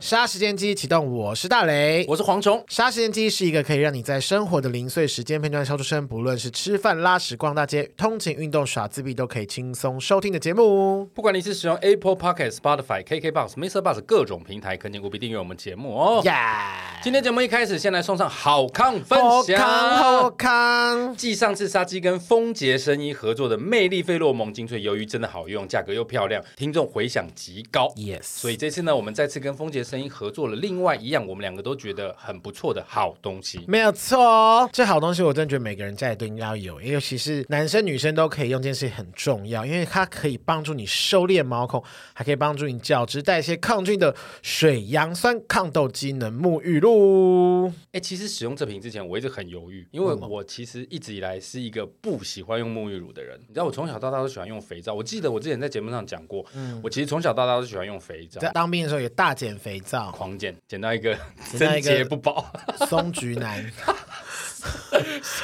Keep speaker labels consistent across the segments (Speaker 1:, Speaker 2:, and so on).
Speaker 1: 杀时间机启动，我是大雷。
Speaker 2: 我是蝗虫。
Speaker 1: 杀时间机是一个可以让你在生活的零碎时间片段消出声，不论是吃饭、拉屎、逛大街、通勤、运动、耍自闭，都可以轻松收听的节目。
Speaker 2: 不管你是使用 Apple Pocket、Spotify、KKBox、Mr. Bus 各种平台，恳请务必订阅我们节目哦。
Speaker 1: 呀、
Speaker 2: 今天节目一开始，先来送上好康分
Speaker 1: 好康好
Speaker 2: 享。
Speaker 1: 康，
Speaker 2: 继上次杀鸡跟丰杰生衣合作的魅力费洛蒙精粹鱿鱼真的好用，价格又漂亮，听众回响极高。
Speaker 1: Yes
Speaker 2: 所以这次呢，我们再次跟丰杰生衣合作了另外一样，我们两个都觉得很不错的好东西。
Speaker 1: 没有错哦。这好东西我真的觉得每个人家里都应该要有，尤其是男生女生都可以用，这件事很重要，因为它可以帮助你收敛毛孔，还可以帮助你角质代谢、抗菌的水杨酸抗痘机能沐浴露。
Speaker 2: 哎、其实使用这瓶之前，我一直很犹豫，因为
Speaker 1: 嗯
Speaker 2: 我其实一直以来是一个不喜欢用沐浴乳的人。你知道，我从小到大都喜欢用肥皂。我记得我之前在节目上讲过，
Speaker 1: 嗯
Speaker 2: 我其实从小到大都喜欢用肥皂
Speaker 1: 在，当兵的时候也大减肥皂，
Speaker 2: 狂减，减到一个
Speaker 1: 减到
Speaker 2: 贞
Speaker 1: 一个
Speaker 2: 洁不保，
Speaker 1: 松菊 男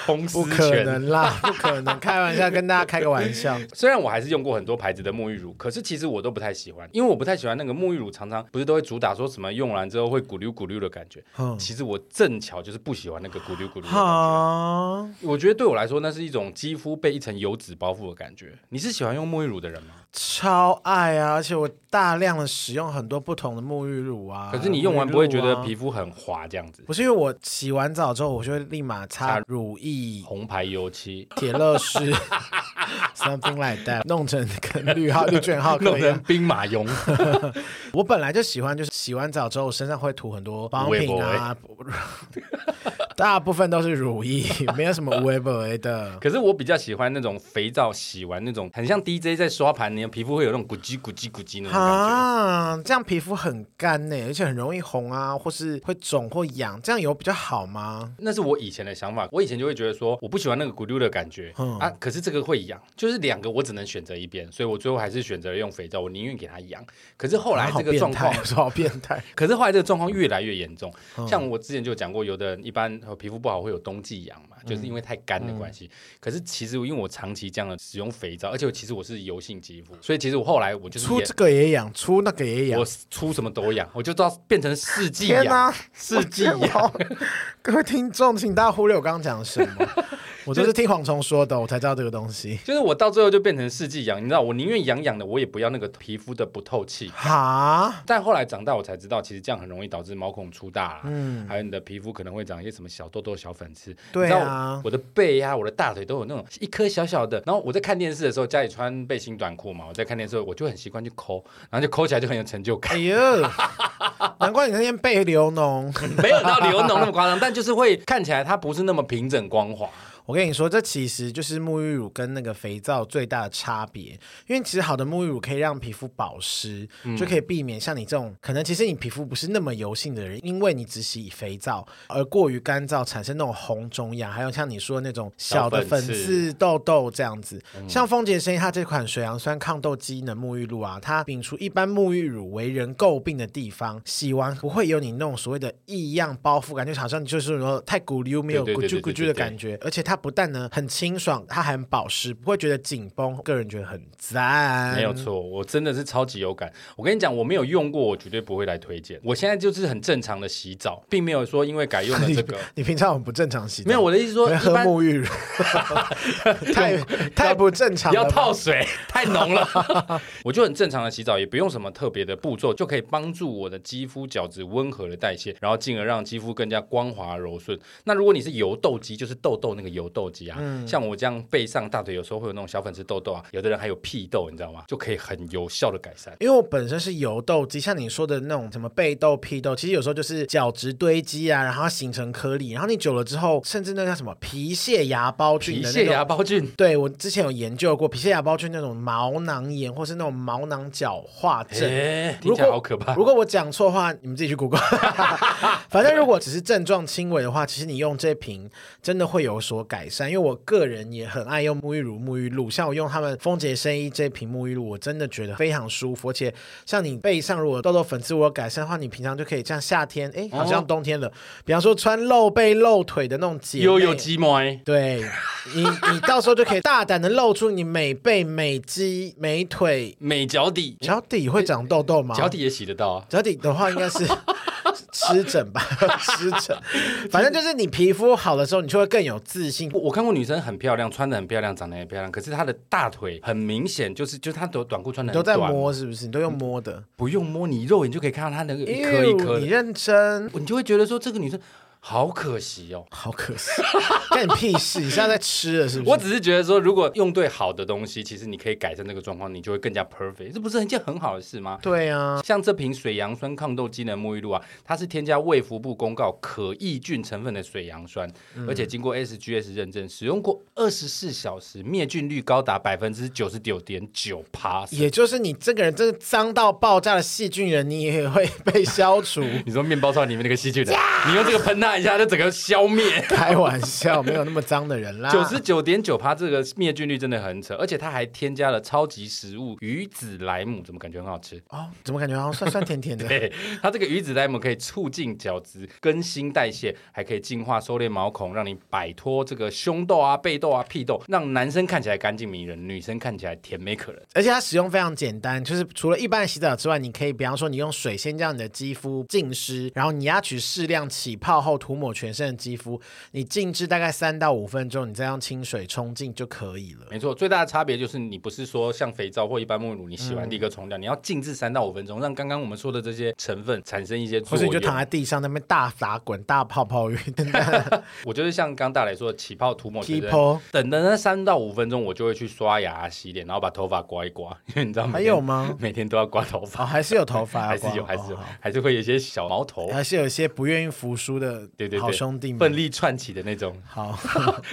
Speaker 2: 红
Speaker 1: 不
Speaker 2: 丝
Speaker 1: 可
Speaker 2: 全。
Speaker 1: 能啦，不可能，开玩笑，跟大家开个玩笑。
Speaker 2: 虽然我还是用过很多牌子的沐浴乳，可是其实我都不太喜欢，因为我不太喜欢那个沐浴乳常常不是都会主打说什么用完之后会咕溜咕溜的感觉。
Speaker 1: 嗯
Speaker 2: 其实我正巧就是不喜欢那个咕溜咕溜的感觉。
Speaker 1: 好，
Speaker 2: 我觉得对我来说，那是一种肌肤被一层油脂包覆的感觉。你是喜欢用沐浴乳的人吗？
Speaker 1: 超爱啊！而且我大量的使用很多不同的沐浴乳啊。
Speaker 2: 可是你用完不会觉得皮
Speaker 1: 肤、
Speaker 2: 肤很滑这样子？
Speaker 1: 啊不是因为我洗完澡之后，我就会立马擦
Speaker 2: 擦
Speaker 1: 乳液、
Speaker 2: 红牌油漆，
Speaker 1: 铁乐 士，something like that，弄成跟绿号、绿卷号啊可
Speaker 2: 弄
Speaker 1: 以。
Speaker 2: 成兵马俑。
Speaker 1: 我本来就喜欢，就是洗完澡之后身上会涂很多保养品啊， 大部分都是乳 液，没有什么 w e b 的。
Speaker 2: 可是我比较喜欢那种肥皂洗完那种，很像 DJ 在刷盘，你的皮肤会有那种咕叽咕叽咕叽那种感觉。
Speaker 1: 啊，这样皮肤很干呢、而且很容易红啊，或是会肿或痒，这样有比较好吗？
Speaker 2: 那是我以前的想法，我以前就会觉得说，我不喜欢那个咕噜的感觉、
Speaker 1: 嗯
Speaker 2: 啊，可是这个会痒，就是两个我只能选择一边，所以我最后还是选择了用肥皂，我宁愿给它痒。可是后来
Speaker 1: 啊好
Speaker 2: 这个
Speaker 1: 变
Speaker 2: 状况
Speaker 1: 态， 好变态。
Speaker 2: 可是后来这个状况越来越严重，
Speaker 1: 嗯
Speaker 2: 像我之前就讲过，有的人一般呃皮肤不好会有冬季痒
Speaker 1: 嗯
Speaker 2: 嘛，就是因为太干的关系。可是其实因为我长期这样的使用肥皂，而且我其实我是油性肌肤，所以其实我后来我就是
Speaker 1: 出嗯
Speaker 2: 也
Speaker 1: 这个也痒，出那个也痒
Speaker 2: 我。出什么都痒，我就到变成四季
Speaker 1: 天
Speaker 2: 痒，
Speaker 1: 哪、
Speaker 2: 四季
Speaker 1: 我
Speaker 2: 痒。
Speaker 1: 好各位听众，请大家忽略我刚刚讲的什 么，我都是听蝗虫说的，我才知道这个东西。
Speaker 2: 就是我到最后就变成四季痒，你知道，我宁愿痒痒的，我也不要那个皮肤的不透气。
Speaker 1: 哈，
Speaker 2: 但后来长大，我才知道，其实这样很容易导致毛孔粗大啦，
Speaker 1: 嗯
Speaker 2: 还有你的皮肤可能会长一些什么小痘痘、小粉刺。
Speaker 1: 对啊
Speaker 2: 你知道我我的背呀、我的大腿都有那种一颗小小的。然后我在看电视的时候，家里穿背心短裤嘛，我在看电视的时候，我就很习惯去抠，然后就抠起来就很有成就感
Speaker 1: 哎，呦，难怪你那天背流脓。
Speaker 2: 没有到流脓那么夸张，但就是会看起来它不是那么平整光滑。
Speaker 1: 我跟你说，这其实就是沐浴乳跟那个肥皂最大的差别，因为其实好的沐浴乳可以让皮肤保湿，
Speaker 2: 嗯
Speaker 1: 就可以避免像你这种可能其实你皮肤不是那么油性的人，因为你只洗肥皂而过于干燥，产生那种红肿痒，还有像你说的那种小的
Speaker 2: 小粉
Speaker 1: 粉
Speaker 2: 刺
Speaker 1: 刺、痘痘这样子。像丰洁生意它这款水杨酸抗痘机能沐浴露啊，它摒除一般沐浴乳为人诟病的地方，洗完不会有你那种所谓的异样包覆感，就好像你就是说太骨溜没有
Speaker 2: 对
Speaker 1: 咕
Speaker 2: 对
Speaker 1: 啾
Speaker 2: 对
Speaker 1: 咕
Speaker 2: 对
Speaker 1: 啾
Speaker 2: 对
Speaker 1: 的
Speaker 2: 对
Speaker 1: 感觉。觉，而且它不但呢很清爽，它还很保湿，不会觉得紧绷，个人觉得很赞。
Speaker 2: 没有错，我真的是超级有感。我跟你讲，我没有用过，我绝对不会来推荐。我现在就是很正常的洗澡，并没有说因为改用了这个。
Speaker 1: 你平常很不正常洗澡，
Speaker 2: 没有，我的意思说，
Speaker 1: 你会
Speaker 2: 一
Speaker 1: 喝
Speaker 2: 般
Speaker 1: 沐 浴乳，太太不正常了
Speaker 2: 要
Speaker 1: 吧。
Speaker 2: 泡水，太浓了。 我就很正常的洗澡，也不用什么特别的步骤，就可以帮助我的肌肤角质温和的代谢，然后进而让肌肤更加光滑柔顺。那如果你是油痘肌，就是痘痘那个油痘肌啊，
Speaker 1: 嗯
Speaker 2: 像我这样背上、大腿有时候会有那种小粉刺痘痘啊，有的人还有屁痘，你知道吗？就可以很有效的改善。
Speaker 1: 因为我本身是油痘肌，像你说的那种什么背痘、屁痘，其实有时候就是角质堆积啊，然后它形成颗粒，然后你久了之后，甚至那叫什么皮屑芽孢菌
Speaker 2: 皮
Speaker 1: 的那
Speaker 2: 屑
Speaker 1: 种
Speaker 2: 芽孢菌。
Speaker 1: 对我之前有研究过皮屑芽孢菌那种毛囊炎或是那种毛囊角化症。
Speaker 2: 哎，
Speaker 1: 如
Speaker 2: 听起来
Speaker 1: 果
Speaker 2: 好可怕！
Speaker 1: 如果我讲错话，你们自己去 Google。反正如果只是症状轻微的话，其实你用这瓶真的会有所改善。因为我个人也很爱用沐浴乳、沐浴露，像我用他们丰洁生衣这瓶沐浴露，我真的觉得非常舒服。而且像你背上如果痘痘、粉刺我有改善的话，你平常就可以像夏天，哎，好像冬天了，比方说穿露背、露腿的那种姐妹
Speaker 2: 悠悠肌膜哎，
Speaker 1: 对你，你到时候就可以大胆的露出你美背、美肌、美腿。
Speaker 2: 美脚底，
Speaker 1: 脚底会长痘痘吗？
Speaker 2: 脚底也洗得到啊。
Speaker 1: 脚底的话，应该是湿疹吧， 湿疹，反正就是你皮肤好的时候，你就会更有自信。
Speaker 2: 我我看过女生很漂亮，穿的很漂亮，长得也漂亮，可是她的大腿很明显，就是就是她的短裤穿的
Speaker 1: 你都在摸是不是？你都用摸的，
Speaker 2: 不用摸，你肉眼就可以看到她那个一颗一颗
Speaker 1: 你
Speaker 2: 的，
Speaker 1: 认真，
Speaker 2: 你就会觉得说这个女生好可惜哦。
Speaker 1: 好可惜， 干你屁事！你现在在吃了是不
Speaker 2: 我
Speaker 1: 是？
Speaker 2: 只是觉得说，如果用对好的东西，其实你可以改善这个状况，你就会更加 perfect，这不是一件很好的事吗？
Speaker 1: 对啊，
Speaker 2: 像这瓶水杨酸抗痘机能沐浴露啊，它是添加卫福部公告可抑菌成分的水杨酸，而且经过 SGS 认证，使用过二十四小时，灭菌率高达百分之九十九点九趴。
Speaker 1: 也就是你这个人真的脏到爆炸的细菌人，你也会被消 除。
Speaker 2: 你说面包超里面那个细菌的，啊你用这个喷它一下，它整个消 灭。
Speaker 1: 开玩笑，没有那么脏的人啦。
Speaker 2: 九十九点九趴，这个灭菌率真的很扯，而且它还添加了超级食物鱼子莱姆，怎么感觉很好吃？
Speaker 1: 哦，怎么感觉好像酸酸甜甜的？
Speaker 2: 对， 它这个鱼子莱姆可以促进角质更新代谢，还可以净化收敛毛孔，让你摆脱这个胸痘啊、背痘啊、屁痘，让男生看起来干净迷人，女生看起来甜美可人。
Speaker 1: 而且它使用非常简单，就是除了一般的洗澡之外，你可以比方说你用水先将你的肌肤浸湿，然后你压取适量起泡后涂抹全身的肌肤，你静置大概三到五分钟，你再用清水冲净就可以了。
Speaker 2: 没错，最大的差别就是你不是说像肥皂或一般沐浴乳，你洗完立刻冲掉，你要静置三到五分钟，让刚刚我们说的这些成分产生一些
Speaker 1: 或
Speaker 2: 作
Speaker 1: 是你就
Speaker 2: 用。
Speaker 1: 躺在地上那边大打滚、大泡泡浴，等
Speaker 2: 我就是像刚大来说的起泡涂抹
Speaker 1: p e
Speaker 2: 等 等
Speaker 1: p l
Speaker 2: 等的那三到五分钟，我就会去刷牙、洗脸，然后把头发刮一刮，因为你知道
Speaker 1: 还
Speaker 2: 每天
Speaker 1: 有吗？
Speaker 2: 每天都要刮头发
Speaker 1: 哦，。还是有头发要
Speaker 2: 还是
Speaker 1: 刮，
Speaker 2: 有，还是有
Speaker 1: 哦，
Speaker 2: 还是会有一些小毛头
Speaker 1: 好，还是有一些不愿意服输的
Speaker 2: 对对对
Speaker 1: 好兄弟
Speaker 2: 奋
Speaker 1: 们。
Speaker 2: 力串起的那种，
Speaker 1: 好，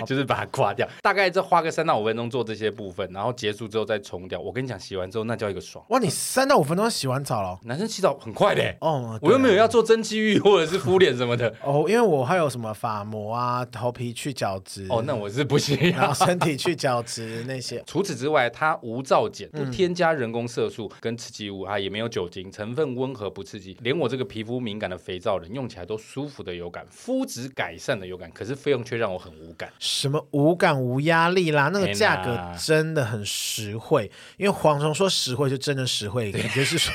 Speaker 2: 就是把它刮掉。大概这花个三到五分钟做这些部分，然后结束之后再冲掉。我跟你讲，洗完之后那叫一个爽。
Speaker 1: 哇，你三到五分钟洗完澡了哦
Speaker 2: 男生洗澡很快的欸，
Speaker 1: 哦，
Speaker 2: 我又
Speaker 1: 对
Speaker 2: 没有要做蒸汽浴或者是敷脸什么的。
Speaker 1: 哦，因为我还有什么发膜啊、头皮去角质
Speaker 2: 哦，那我是不需
Speaker 1: 然
Speaker 2: 要。。
Speaker 1: 后身体去角质那些
Speaker 2: 除此之外，它无皂碱，
Speaker 1: 嗯
Speaker 2: 不添加人工色素跟刺激物，它也没有酒精，成分温和不刺激，连我这个皮肤敏感的肥皂人用起来都舒服的有感，肤质改善的有感，可是费用却让我很无感。
Speaker 1: 什么无感无压力啦，那个
Speaker 2: 天哪
Speaker 1: 价格真的很实惠。因为蝗虫说实惠就真的实惠，也就是说，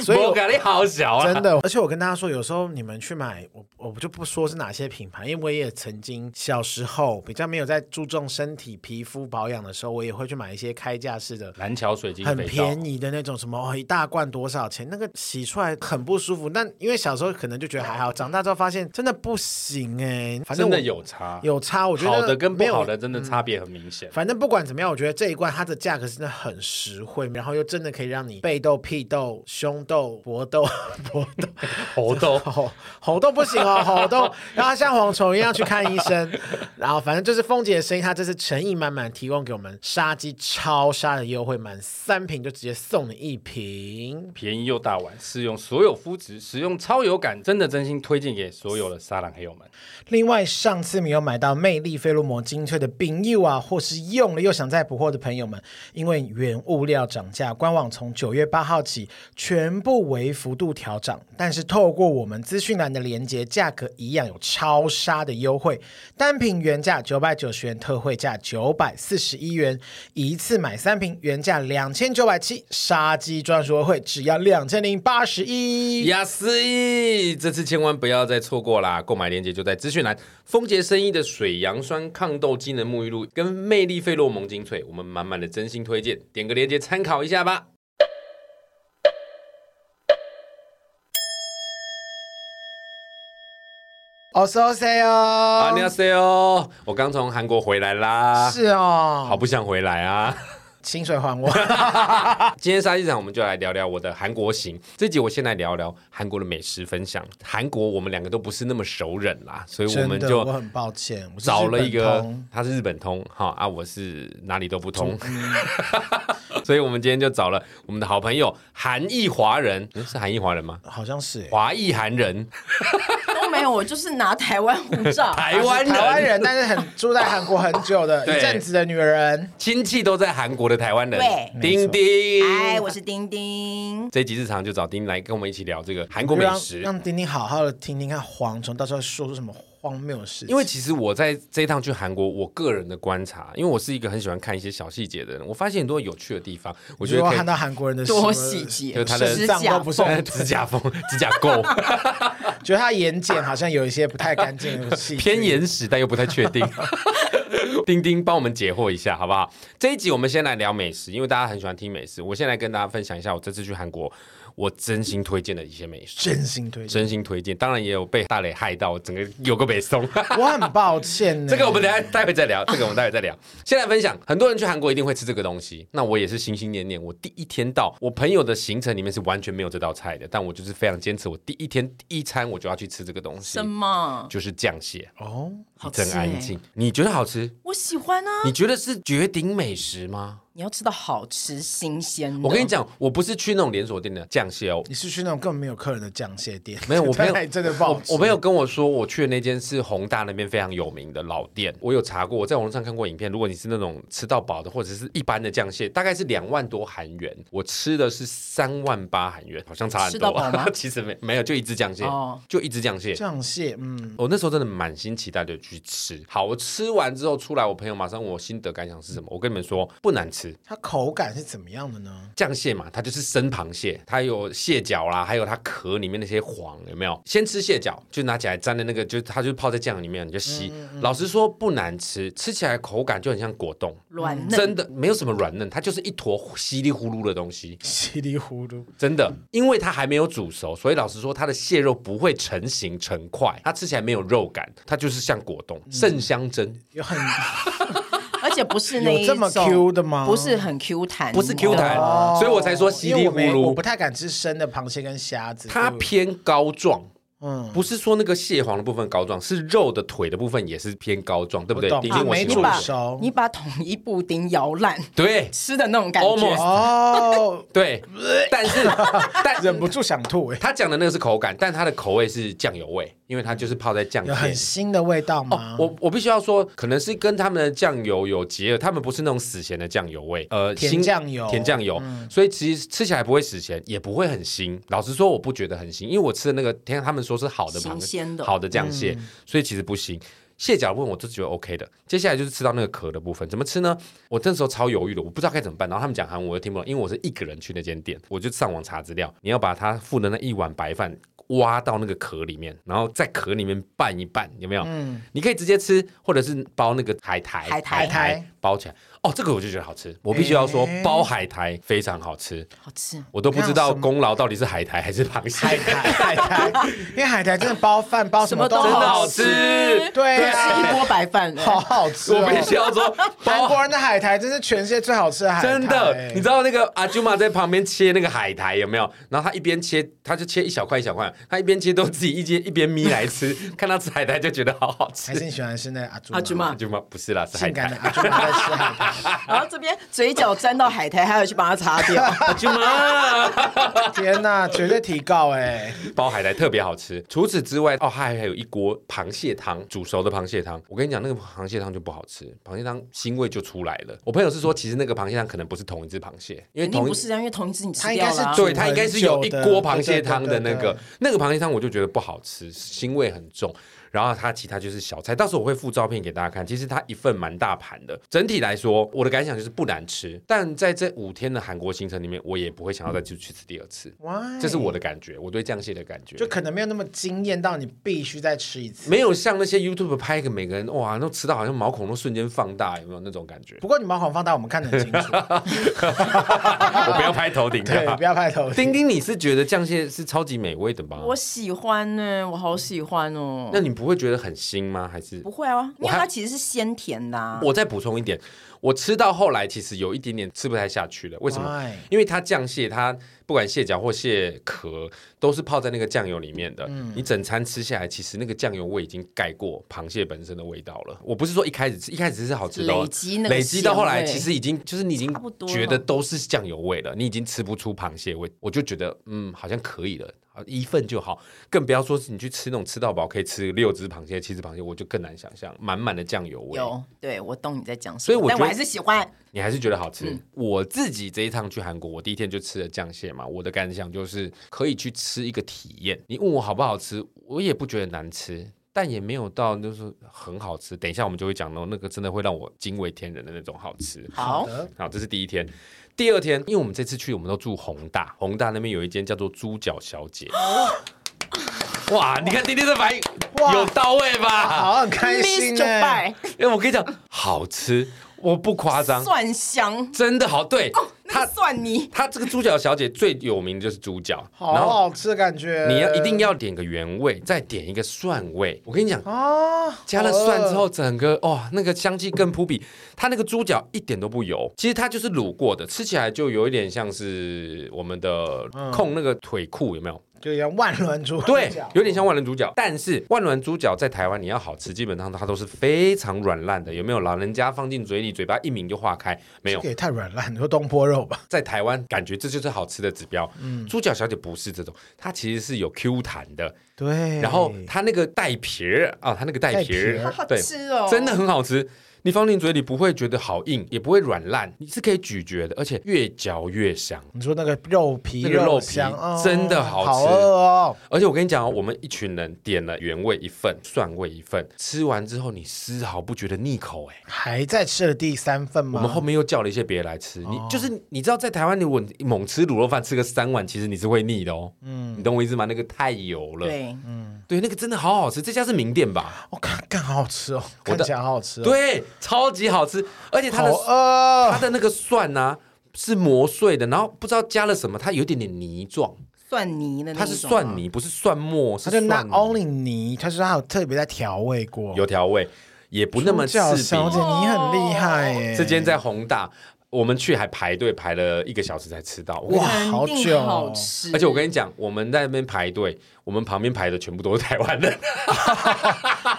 Speaker 1: 所以
Speaker 2: 我
Speaker 1: 我
Speaker 2: 感觉好小啊，
Speaker 1: 真的，而且我跟大家说，有时候你们去买，我我就不说是哪些品牌，因为我也曾经小时候比较没有在注重身体皮肤保养的时候，我也会去买一些开架式的
Speaker 2: 蓝桥水晶
Speaker 1: 很
Speaker 2: 肥皂
Speaker 1: 便宜的那种，什么、哦、一大罐多少钱？那个洗出来很不舒服。但因为小时候可能就觉得还好，长大之后发现真的不行哎、反正
Speaker 2: 真
Speaker 1: 我
Speaker 2: 的有差，
Speaker 1: 有差，我觉得
Speaker 2: 好的跟不
Speaker 1: 没有嗯
Speaker 2: 好的真的差别很明显。
Speaker 1: 反正不管怎么样，我觉得这一罐它的价格真的很实惠，然后又真的可以让你背痘、屁痘、胸痘、脖痘、 脖痘、
Speaker 2: 猴痘
Speaker 1: 吼吼痘不行哦，吼痘，然后像蝗虫一样去看医生。 然后反正就是凤姐的声音，她这次诚意满满提供给我们杀鸡超杀的优惠，满三瓶就直接送你一瓶。
Speaker 2: 便宜又大碗，适用所有肤质，使用超有感，真的真心推荐给所有的沙朗黑友们。
Speaker 1: 另外，上次没有买到魅力菲洛蒙精粹的饼柚啊，或是用了又想再补货的朋友们，因为原物料涨价，官网从九月八号起全部为幅度调涨，但是透过我们资讯栏的连接，价格一样有超杀的优惠，单品原价九百九十元，特惠价九百四十一元，一次买三瓶，原价两千九百七，杀鸡专属优惠只要两千零八十一。
Speaker 2: 雅思意，这次千万不要再错过啦！购买链接就在资讯栏。丰洁生意的水杨酸抗痘机能沐浴露跟魅力费洛蒙精粹，我们满满的真心推荐，点个链接参考一下吧。
Speaker 1: 哦，收 say
Speaker 2: 啊，你
Speaker 1: 哦，
Speaker 2: 好 C 哦，我刚从韩国回来啦，
Speaker 1: 是哦，
Speaker 2: 好不想回来啊。
Speaker 1: 薪水还我。
Speaker 2: 今天杀鸡场，我们就来聊聊我的韩国行。这集我先来聊聊韩国的美食分享。韩国我们两个都不是那么熟人啦，所以我
Speaker 1: 真
Speaker 2: 们
Speaker 1: 的，
Speaker 2: 就
Speaker 1: 我很抱歉，我是
Speaker 2: 找了
Speaker 1: 日
Speaker 2: 一
Speaker 1: 本
Speaker 2: 个
Speaker 1: 通，
Speaker 2: 他是日本通，哈啊，我是哪里都不 通，
Speaker 1: 嗯
Speaker 2: 所以我们今天就找了我们的好朋友韩裔华人，嗯是韩裔华人吗？
Speaker 1: 好像是欸
Speaker 2: 华裔韩人，
Speaker 3: 都没有，我就是拿台湾护照。
Speaker 2: 台湾人，
Speaker 1: 台湾人，但是很住在韩国很久的
Speaker 2: 对
Speaker 1: 一阵子的女人，
Speaker 2: 亲戚都在韩国的台湾人，
Speaker 3: 对
Speaker 2: 丁丁，
Speaker 3: 哎，我是丁丁。
Speaker 2: 这一集日常就找丁来跟我们一起聊这个韩国
Speaker 1: 就
Speaker 2: 美
Speaker 1: 让
Speaker 2: 食。
Speaker 1: 让丁丁好好的听听看蝗虫到时候说出什么荒谬的事情。
Speaker 2: 因为其实我在这一趟去韩国，我个人的观察，因为我是一个很喜欢看一些小细节的人，我发现很多有趣的地方，我
Speaker 1: 我
Speaker 2: 觉得可
Speaker 1: 看
Speaker 2: 以。
Speaker 1: 到韩国人的
Speaker 3: 多
Speaker 1: 什么
Speaker 3: 细节
Speaker 2: 就是他的
Speaker 1: 肾脏都不是很
Speaker 2: 指甲缝、指甲垢，
Speaker 1: 觉得他眼睑好像有一些不太干净的细菌
Speaker 2: 偏。眼屎，但又不太确定。 丁丁帮我们解惑一下，好不好？这一集我们先来聊美食，因为大家很喜欢听美食。我先来跟大家分享一下我这次去韩国，我真心推荐的一些美食，
Speaker 1: 真心推荐，
Speaker 2: 真心推荐。当然也有被大磊害到，整个有个北松。
Speaker 1: 我很抱歉呢。
Speaker 2: 这个我们等一下待会再聊，这个我们待会再聊。 先来分享，很多人去韩国一定会吃这个东西。那我也是心心念念，我第一天到，我朋友的行程里面是完全没有这道菜的，但我就是非常坚持，我第一天第一餐我就要去吃这个东西
Speaker 3: 什，么？
Speaker 2: 就是酱蟹。
Speaker 1: 哦，
Speaker 3: 好吃
Speaker 2: 真安静
Speaker 3: 欸，，
Speaker 2: 你觉得好吃？
Speaker 3: 我喜欢啊！
Speaker 2: 你觉得是绝顶美食吗？
Speaker 3: 你要吃到好吃新鲜的。
Speaker 2: 我跟你讲，我不是去那种连锁店的酱蟹哦，
Speaker 1: 你是去那种根本没有客人的酱蟹店？
Speaker 2: 没有，我朋
Speaker 1: 这还
Speaker 2: 友
Speaker 1: 真的不好
Speaker 2: 我
Speaker 1: 吃
Speaker 2: 我朋友跟我说，我去的那间是宏大那边非常有名的老店，我有查过，我在网络上看过影片。如果你是那种吃到饱的，或者是一般的酱蟹，大概是两万多韩元，我吃的是三万八韩元，好像差很
Speaker 3: 吃
Speaker 2: 多
Speaker 3: 到饱吗。
Speaker 2: 其实没没有，就一只酱蟹，
Speaker 3: 哦
Speaker 2: 就一只酱蟹。
Speaker 1: 酱蟹，嗯，
Speaker 2: 我那时候真的满心期待的去吃，好，我吃完之后出来，我朋友马上问我心得感想是什么。我跟你们说，不难吃，
Speaker 1: 它口感是怎么样的呢？
Speaker 2: 酱蟹嘛，它就是生螃蟹，它有蟹脚啦，还有它壳里面那些黄，有没有？先吃蟹脚，就拿起来沾的那个，就它就泡在酱里面，你就吸。老实说不难吃，吃起来口感就很像果冻，
Speaker 3: 软嫩，
Speaker 2: 真的没有什么软嫩，它就是一坨稀里呼噜的东西，
Speaker 1: 稀里糊涂，
Speaker 2: 真的。因为它还没有煮熟，所以老实说它的蟹肉不会成型成块，它吃起来没有肉感，它就是像果冻。圣香蒸
Speaker 1: 有很
Speaker 3: 而且不是那一
Speaker 1: 有这么
Speaker 3: 种
Speaker 1: Q 的吗？
Speaker 3: 不是很 Q 弹，
Speaker 2: 不是 Q 弹，
Speaker 1: 哦，
Speaker 3: 哦
Speaker 2: 所以我才说稀
Speaker 1: 因
Speaker 2: 里
Speaker 1: 为我
Speaker 2: 呼
Speaker 1: 没我
Speaker 2: 噜
Speaker 1: 不。太敢吃生的螃蟹跟虾子，
Speaker 2: 它
Speaker 1: 所以
Speaker 2: 偏膏状，
Speaker 1: 我嗯
Speaker 2: 不是说那个蟹黄的部分膏状，是肉的腿的部分也是偏膏状，对不对
Speaker 1: 我？懂
Speaker 2: 丁
Speaker 1: 啊
Speaker 2: 丁，我
Speaker 1: 没
Speaker 2: 形
Speaker 3: 你
Speaker 2: 容
Speaker 1: 煮
Speaker 2: 过
Speaker 3: 把
Speaker 1: 熟
Speaker 3: 你把统一布丁摇烂
Speaker 2: 对
Speaker 3: 吃的那种感觉
Speaker 2: Almost
Speaker 1: 哦，
Speaker 2: 对，但是但
Speaker 1: 忍不住想吐哎，
Speaker 2: 他讲的那个是口感，但它的口味是酱油味，因为它就是泡在酱
Speaker 1: 有嗯 很啊
Speaker 2: 蟹。
Speaker 1: 腥的味道
Speaker 2: 哦
Speaker 1: 吗，？
Speaker 2: 我我必须要说，可能是跟他们的酱油有结合，他们不是那种死咸的酱油味，呃，
Speaker 1: 甜
Speaker 2: 腥
Speaker 1: 酱油嗯
Speaker 2: 甜酱油，所以其实吃起来不会死咸，也不会很腥。老实说，我不觉得很腥，因为我吃的那个，听他们说是好的螃
Speaker 3: 新
Speaker 2: 蟹，
Speaker 3: 鲜的
Speaker 2: 好的酱蟹，所以其实不腥。蟹脚部分我就觉得 OK 的，接下来就是吃到那个壳的部分，怎么吃呢？我那时候超犹豫的，我不知道该怎么办。然后他们讲韩文，我又听不懂，因为我是一个人去那间店，我就上网查资料。你要把它附的那一碗白饭挖到那个壳里面，然后在壳里面拌一拌，有没有？你可以直接吃，或者是包那个海苔，
Speaker 3: 海苔
Speaker 2: 包起来。哦，这个我就觉得好吃，我必须要说，
Speaker 1: 诶
Speaker 2: 包海苔非常好吃，
Speaker 3: 好吃。
Speaker 2: 我都不知
Speaker 1: 那
Speaker 2: 道
Speaker 1: 什么
Speaker 2: 功劳到底是海苔还是螃蟹。
Speaker 1: 海苔，海苔，因为海苔真的包饭包什么都
Speaker 2: 真的
Speaker 1: 好
Speaker 2: 好
Speaker 1: 吃，
Speaker 2: 吃
Speaker 1: 对啊
Speaker 3: 吃一锅白饭，
Speaker 1: 好好吃哦。
Speaker 2: 我必须要说，
Speaker 1: 韩
Speaker 2: 包
Speaker 1: 国人的 海苔真是全世界最好吃的海苔，
Speaker 2: 真的
Speaker 1: 哎，
Speaker 2: 你知道那个阿舅妈在旁边切那个海苔有没有？然后他一边切，他就切一小块一小块，他一边切都自己一边一边眯 来吃，看他吃海苔就觉得好好吃
Speaker 1: 还。是你喜欢的是那个阿朱
Speaker 3: 阿朱
Speaker 2: 阿
Speaker 3: 妈，
Speaker 2: 舅妈不是啦，是海
Speaker 1: 性感的
Speaker 2: 苔。
Speaker 1: 阿朱妈在吃海苔，
Speaker 3: 然后这边嘴角沾到海苔，还要去把它擦掉。
Speaker 2: 阿舅妈
Speaker 1: 天哪，绝对提高哎！
Speaker 2: 包海苔特别好吃。除此之外，哦，还还有一锅螃蟹汤，煮熟的螃蟹汤。我跟你讲，那个螃蟹汤就不好吃，螃蟹汤腥味就出来了。我朋友是说，其实那个螃蟹汤可能不是同一只螃蟹，因为
Speaker 3: 肯定
Speaker 2: 同一
Speaker 3: 不是啊，因为同一只你吃
Speaker 1: 它应
Speaker 3: 掉
Speaker 1: 该
Speaker 3: 了啊、
Speaker 1: 是
Speaker 2: 对，它应该是有一锅螃蟹汤的那
Speaker 1: 对对对对
Speaker 2: 个
Speaker 1: 对，
Speaker 2: 那个螃蟹汤我就觉得不好吃，腥味很重。然后它其他就是小菜，到时候我会附照片给大家看。其实它一份蛮大盘的，整体来说我的感想就是不难吃，但在这五天的韩国行程里面，我也不会想要再去去吃第二次。
Speaker 1: 哇，
Speaker 2: 这是我的感觉，我对酱蟹的感觉，
Speaker 1: 嗯就可能没有那么惊艳到你必须再吃一次。
Speaker 2: 没有像那些 YouTube 拍个每个人哇，都吃到好像毛孔都瞬间放大，有没有那种感觉？
Speaker 1: 不过你毛孔放大，我们看得很清楚。
Speaker 2: 我不要拍头顶
Speaker 1: 对，不要拍头。
Speaker 2: 丁丁，你是觉得酱蟹是超级美味的吧？
Speaker 3: 我喜欢呢、我好喜欢哦。
Speaker 2: 那你不会觉得很腥吗？还是
Speaker 3: 不会啊，因
Speaker 2: 我
Speaker 3: 为
Speaker 2: 还
Speaker 3: 它其实是鲜甜的、啊。
Speaker 2: 我再补充一点，我吃到后来其实有一点点吃不太下去了。为什么
Speaker 1: Why？
Speaker 2: 因为它酱蟹，它不管蟹脚或蟹壳，都是泡在那个酱油里面的。你整餐吃下来，其实那个酱油味已经盖过螃蟹本身的味道了。我不是说一开始吃，一开始是好吃的哦、
Speaker 3: 累积那个
Speaker 2: 累积到后来，
Speaker 3: 咸
Speaker 2: 其
Speaker 3: 味
Speaker 2: 实已经就是你已经
Speaker 3: 差不多了
Speaker 2: 觉得都是酱油味了，你已经吃不出螃蟹味。我就觉得嗯，好像可以了。好一份就好，更不要说是你去吃那种吃到饱，可以吃六只螃蟹、七只螃蟹，我就更难想象满满的酱油味。
Speaker 3: 有，对我懂你在讲什么，
Speaker 2: 所以我
Speaker 3: 但
Speaker 2: 觉
Speaker 3: 我
Speaker 2: 得
Speaker 3: 还是喜欢。
Speaker 2: 你还是觉得好
Speaker 3: 嗯
Speaker 2: 吃。我自己这一趟去韩国，我第一天就吃了酱蟹嘛，我的感想就是可以去吃一个体验。你问我好不好吃，我也不觉得难吃。但也没有到就是很好吃。等一下我们就会讲到那个真的会让我惊为天人的那种好吃。
Speaker 3: 好，
Speaker 1: 的，
Speaker 2: 好，这是第一天。第二天，因为我们这次去，我们都住宏大，宏大那边有一间叫做猪脚小 姐。哇，你看丁丁的反应
Speaker 1: 哇
Speaker 2: 有到位吧？
Speaker 1: 好，很开
Speaker 3: Miss
Speaker 1: 心
Speaker 3: 就
Speaker 1: 哎、
Speaker 3: 拜，
Speaker 2: 因为我跟你讲，好吃，我不夸张，
Speaker 3: 蒜香，
Speaker 2: 真的好。对，
Speaker 3: 哦那
Speaker 2: 它
Speaker 3: 个蒜泥，
Speaker 2: 它这个猪脚小姐最有名的就是猪脚，
Speaker 1: 好
Speaker 2: 然后
Speaker 1: 好吃的感觉。
Speaker 2: 你要一定要点个原味，再点一个蒜味。我跟你讲，
Speaker 1: 啊，
Speaker 2: 加了蒜之
Speaker 1: 好饿
Speaker 2: 后，整个哇、那个香气更扑鼻。它那个猪脚一点都不油，其实它就是卤过的，吃起来就有一点像是我们的控那个腿裤有没有？
Speaker 1: 就像万轮猪
Speaker 2: 对
Speaker 1: 脚，
Speaker 2: 有点像万能猪脚。但是万能猪脚在台湾你要好吃，基本上它都是非常软烂的，有没有？老人家放进嘴里，嘴巴一抿就化开，没有
Speaker 1: 这个。也太软烂，你说东坡肉吧？
Speaker 2: 在台湾感觉这就是好吃的指标。
Speaker 1: 嗯
Speaker 2: 猪脚小姐不是这种，它其实是有 Q 弹的，
Speaker 1: 对，
Speaker 2: 然后它那个带皮儿啊，它那个带
Speaker 1: 带
Speaker 2: 皮
Speaker 1: 皮
Speaker 2: 儿
Speaker 1: 儿
Speaker 3: 好，好
Speaker 2: 对，
Speaker 3: 吃哦，
Speaker 2: 真的很好吃。你放进嘴里不会觉得好硬，也不会软烂，你是可以咀嚼的，而且越嚼越香。
Speaker 1: 你说那个肉皮，
Speaker 2: 那个肉皮
Speaker 1: 香哦
Speaker 2: 真的好
Speaker 1: 好
Speaker 2: 吃
Speaker 1: 饿哦。
Speaker 2: 而且我跟你讲哦，我们一群人点了原味一份，蒜味一份，吃完之后你丝毫不觉得腻口哎、
Speaker 1: 还在吃了第三份吗？
Speaker 2: 我们后面又叫了一些别人来吃，
Speaker 1: 哦
Speaker 2: 你就是你知道在台湾，如果你猛吃卤肉饭吃个三碗，其实你是会腻的哦。嗯，你懂我意思吗？那个太油了。
Speaker 3: 对，
Speaker 2: 对那个真的好好吃，这家是名店吧？
Speaker 1: 我看看好好吃哦，
Speaker 2: 我的
Speaker 1: 看起来好好吃哦。，
Speaker 2: 对，超级好吃，而且它
Speaker 1: 好
Speaker 2: 的它
Speaker 1: 饿，哦
Speaker 2: 的那个蒜啊是磨碎的，然后不知道加了什么，它有一点点泥状，
Speaker 3: 蒜泥啊的那
Speaker 2: 它
Speaker 3: 种，
Speaker 2: 是蒜，泥，不是蒜末，是
Speaker 1: 它就 not
Speaker 2: 蒜泥
Speaker 1: only 泥，它是它有特别在调味过，
Speaker 2: 有调味，也不那么
Speaker 1: 猪脚
Speaker 2: 刺
Speaker 1: 小
Speaker 2: 鼻
Speaker 1: 姐，。你很厉害耶！
Speaker 2: 这间在宏大，我们去还排队排了一个小时才吃到。哇！
Speaker 1: 哇
Speaker 3: 肯
Speaker 1: 好
Speaker 3: 定
Speaker 1: 久哦
Speaker 3: 好吃，
Speaker 2: 而且我跟你讲，我们在那边排队，我们旁边排的全部都是台湾人。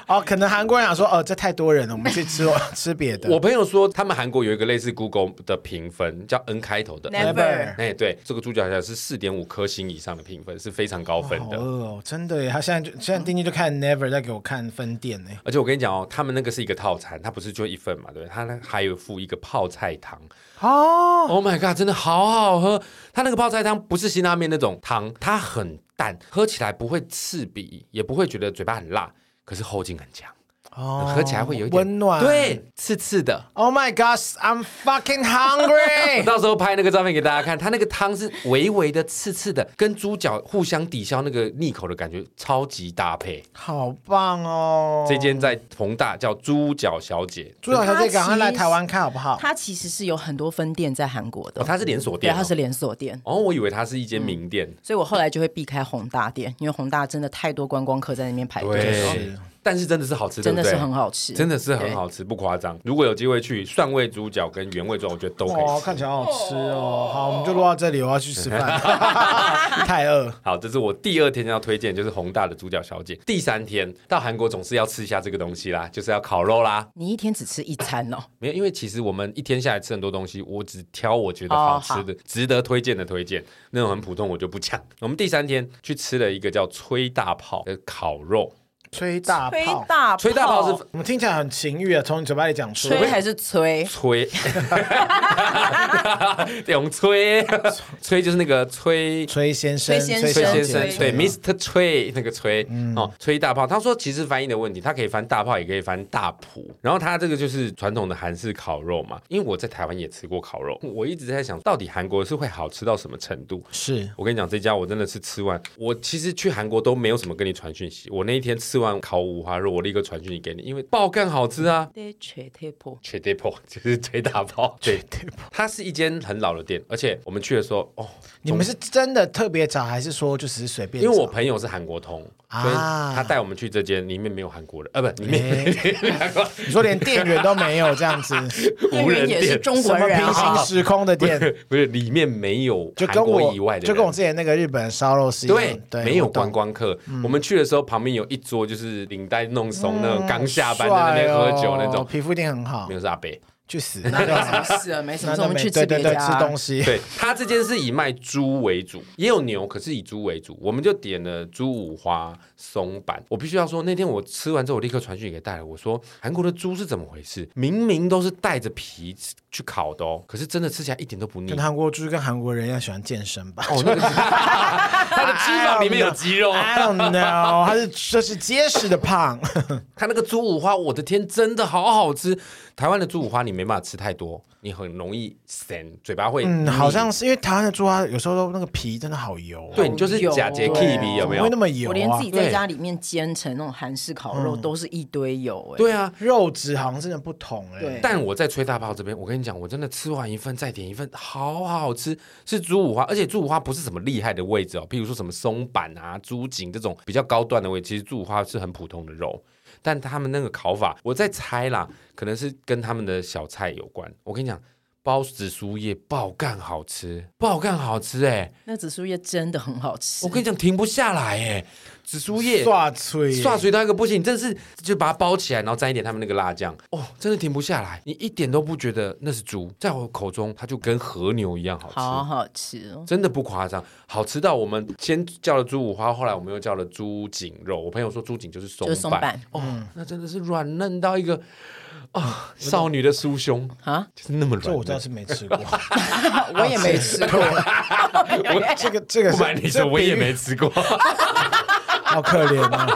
Speaker 1: 哦，可能韩国人想说，哦，这太多人了，我们去吃哦 吃别的。
Speaker 2: 我朋友说，他们韩国有一个类似 Google 的评分，叫 N 开头的。
Speaker 3: Never
Speaker 2: 哎，对，这个猪脚小是四点五颗星以上的评分，是非常高分
Speaker 1: 好
Speaker 2: 的。
Speaker 1: 饿哦，真的耶！他现在就现在丁丁就看 Never 在给我看分店呢。
Speaker 2: 而且我跟你讲哦，他们那个是一个套餐，它不是就一份嘛，对不对？它那还有附一个泡菜汤。
Speaker 1: 哦，
Speaker 2: Oh my god，真的好好喝！它那个泡菜汤不是辛拉面那种汤，它很淡，喝起来不会刺鼻，也不会觉得嘴巴很辣，可是后劲很强，
Speaker 1: 哦
Speaker 2: 喝起来会有一点
Speaker 1: 温暖。
Speaker 2: 对，刺刺的。
Speaker 1: ，Oh my gosh，I'm fucking hungry。
Speaker 2: 到时候拍那个照片给大家看，它那个汤是微微的刺刺的，跟猪脚互相抵消那个腻口的感觉，超级搭配。
Speaker 1: 好棒哦！
Speaker 2: 这间在宏大叫猪脚小姐，
Speaker 1: 朱小小
Speaker 3: 它
Speaker 1: 姐，
Speaker 3: 其
Speaker 1: 赶快来
Speaker 3: 实
Speaker 1: 台湾看好不好？
Speaker 3: 它其实是有很多分店在韩国的
Speaker 2: 哦，，它是连锁
Speaker 3: 对，
Speaker 2: 店、
Speaker 3: 它
Speaker 2: 哦，
Speaker 3: 是连锁店。
Speaker 2: 哦，我以为它是一间名店。
Speaker 3: 所以我后来就会避开宏大店，因为宏大真的太多观光客在那边
Speaker 1: 嗯
Speaker 3: 排队了，
Speaker 1: 是
Speaker 2: 但是真的是好吃，
Speaker 3: 真的
Speaker 2: 对
Speaker 3: 是
Speaker 2: 不对
Speaker 3: 很好吃，
Speaker 2: 真的是很好吃，不夸张。如果有机会去蒜味猪脚跟原味猪脚，我觉得都可
Speaker 1: 哦，
Speaker 2: 以吃。
Speaker 1: 看起来好好吃哦。好，我们就录到这里，我要去吃 饭，太饿。
Speaker 2: 好，这是我第二天要推荐，就是宏大的猪脚小姐。第三天到韩国总是要吃一下这个东西啦，就是要烤肉啦。
Speaker 3: 你一天只吃一餐哦，
Speaker 2: 没有，因为其实我们一天下来吃很多东西，我只挑我觉得好吃
Speaker 3: 哦
Speaker 2: 的、值得推荐的推荐，那种很普通我就不讲。我们第三天去吃了一个叫吹大炮的烤肉，
Speaker 1: 吹大
Speaker 3: 吹
Speaker 1: 炮，
Speaker 3: 大
Speaker 2: 吹大炮是
Speaker 1: 我们听起来很情欲啊，从你嘴巴里讲出来。
Speaker 3: 吹还是吹？
Speaker 2: 吹， 永吹， 吹就是那个吹
Speaker 1: 崔先生，
Speaker 3: 崔先
Speaker 1: 崔
Speaker 2: 崔
Speaker 3: 生
Speaker 2: 先
Speaker 1: 姐
Speaker 2: 生，
Speaker 3: 崔
Speaker 2: 对，Mr. 崔那个崔哦，崔大炮，他说其实翻译的问题，他可以翻大炮，也可以翻大谱。然后他这个就是传统的韩式烤肉嘛，因为我在台湾也吃过烤肉，我一直在想到底韩国是会好吃到什么程度。
Speaker 1: 是
Speaker 2: 我跟你讲，这家我真的是吃完，我其实去韩国都没有什么跟你传讯息。我那一天吃完烤五花肉，我立刻传讯息给你，因为爆干好吃啊。
Speaker 3: 对，吹贴 破，
Speaker 2: 吹大炮 就是吹大炮，对，它是一间很老的店，而且我们去的时候，哦，
Speaker 1: 你们是真的特别找，还是说就只是随便找？
Speaker 2: 因为我朋友是韩国通，
Speaker 1: 啊
Speaker 2: 所以他带我们去这间，里面没有韩国人，啊，不，里面
Speaker 1: 哎 你说连店员都没有这样子，
Speaker 2: 无人
Speaker 3: 也是
Speaker 2: 店，
Speaker 3: 中国
Speaker 1: 什么
Speaker 3: 人
Speaker 1: 平行
Speaker 3: 啊，
Speaker 1: 时空的店，
Speaker 2: 不是里面没有
Speaker 1: 就
Speaker 2: 韩
Speaker 1: 跟
Speaker 2: 国以外
Speaker 1: 我
Speaker 2: 的人，
Speaker 1: 就跟我之前那个日本烧肉是一样
Speaker 2: 对，
Speaker 1: 对，
Speaker 2: 没有
Speaker 1: 我懂嗯
Speaker 2: 观。光客。我们去的时候，旁边有一桌就是领带弄松那种刚下班在
Speaker 1: 帅
Speaker 2: 那边喝酒那
Speaker 1: 哦
Speaker 2: 种，
Speaker 1: 皮肤一定很好
Speaker 2: 没。有是阿北，
Speaker 1: 去死，
Speaker 3: 哪
Speaker 1: 对
Speaker 3: 有什
Speaker 1: 吧
Speaker 3: 么事啊？没什么
Speaker 1: 那
Speaker 3: 事，
Speaker 1: 那
Speaker 3: 我们
Speaker 1: 没
Speaker 3: 去
Speaker 1: 对
Speaker 3: 吃
Speaker 1: 对
Speaker 3: 别
Speaker 1: 对
Speaker 3: 家
Speaker 1: 吃
Speaker 3: 啊。
Speaker 1: 东西，
Speaker 2: 对，它这间是以卖猪为主，也有牛，可是以猪为主。我们就点了猪五花、松板。我必须要说，那天我吃完之后，我立刻传讯给戴尔，我说韩国的猪是怎么回事？明明都是带着皮去烤的哦，可是真的吃起来一点都不腻
Speaker 1: 跟。韩国就是跟韩国人一样喜欢健身 吧。
Speaker 2: 哦，那个它的脂肪里面有肌肉，啊
Speaker 1: I don't know，他是这是结实的胖，
Speaker 2: 它那个猪五花，我的天，真的好好吃。台湾的猪五花你没办法吃太多，你很容易咸，嘴巴会
Speaker 1: 嗯，好像
Speaker 2: 腻
Speaker 1: 是因为台湾的猪啊，有时候都那个皮真的好油哦、
Speaker 2: 对，你就是
Speaker 3: 有
Speaker 2: 假节
Speaker 3: 对
Speaker 2: k i b 有
Speaker 1: 怎
Speaker 2: 没
Speaker 1: 么会那
Speaker 2: 有？
Speaker 1: 么油
Speaker 3: 我连
Speaker 1: 啊嗯
Speaker 3: 自？己在
Speaker 2: 对
Speaker 3: 家里面煎成那种韩式烤肉，都是一堆油哎、
Speaker 2: 对啊，
Speaker 1: 肉质好像真的不同哎、
Speaker 3: 对
Speaker 2: 但我在吹大炮这边，我跟你讲，我真的吃完一份再点一份，好好吃。是猪五花，而且猪五花不是什么厉害的位置哦，譬如说什么松板啊、猪颈这种比较高段的位置，其实猪五花是很普通的肉。但他们那个烤法，我在猜啦，可能是跟他们的小菜有关。我跟你讲，包子酥叶爆干好吃，爆干好吃哎、
Speaker 3: 那紫苏叶真的很好吃。
Speaker 2: 我跟你讲停不下来哎、紫苏叶
Speaker 1: 刷脆耶，
Speaker 2: 刷水到一个不行，你真的是就把它包起来，然后沾一点他们那个辣酱，哦，真的停不下来，你一点都不觉得那是猪，在我口中它就跟和牛一样好吃。
Speaker 3: 好好吃哦，
Speaker 2: 真的不夸张，好吃到我们先叫了猪五花，后来我们又叫了猪颈肉。我朋友说猪颈就是松
Speaker 3: 就是松
Speaker 2: 板，
Speaker 3: 板嗯
Speaker 2: 哦，那真的是软嫩到一个啊、少女的酥胸
Speaker 3: 啊，
Speaker 2: 就是那么
Speaker 1: 这
Speaker 2: 软
Speaker 1: 我 倒
Speaker 2: 嫩。
Speaker 1: 是没吃过，
Speaker 3: 我也没吃过。
Speaker 1: 这个这个
Speaker 2: 不
Speaker 1: 是
Speaker 2: 瞒你
Speaker 1: 这
Speaker 2: 说，我也
Speaker 1: 比喻
Speaker 2: 没吃过。
Speaker 1: 好可怜 啊！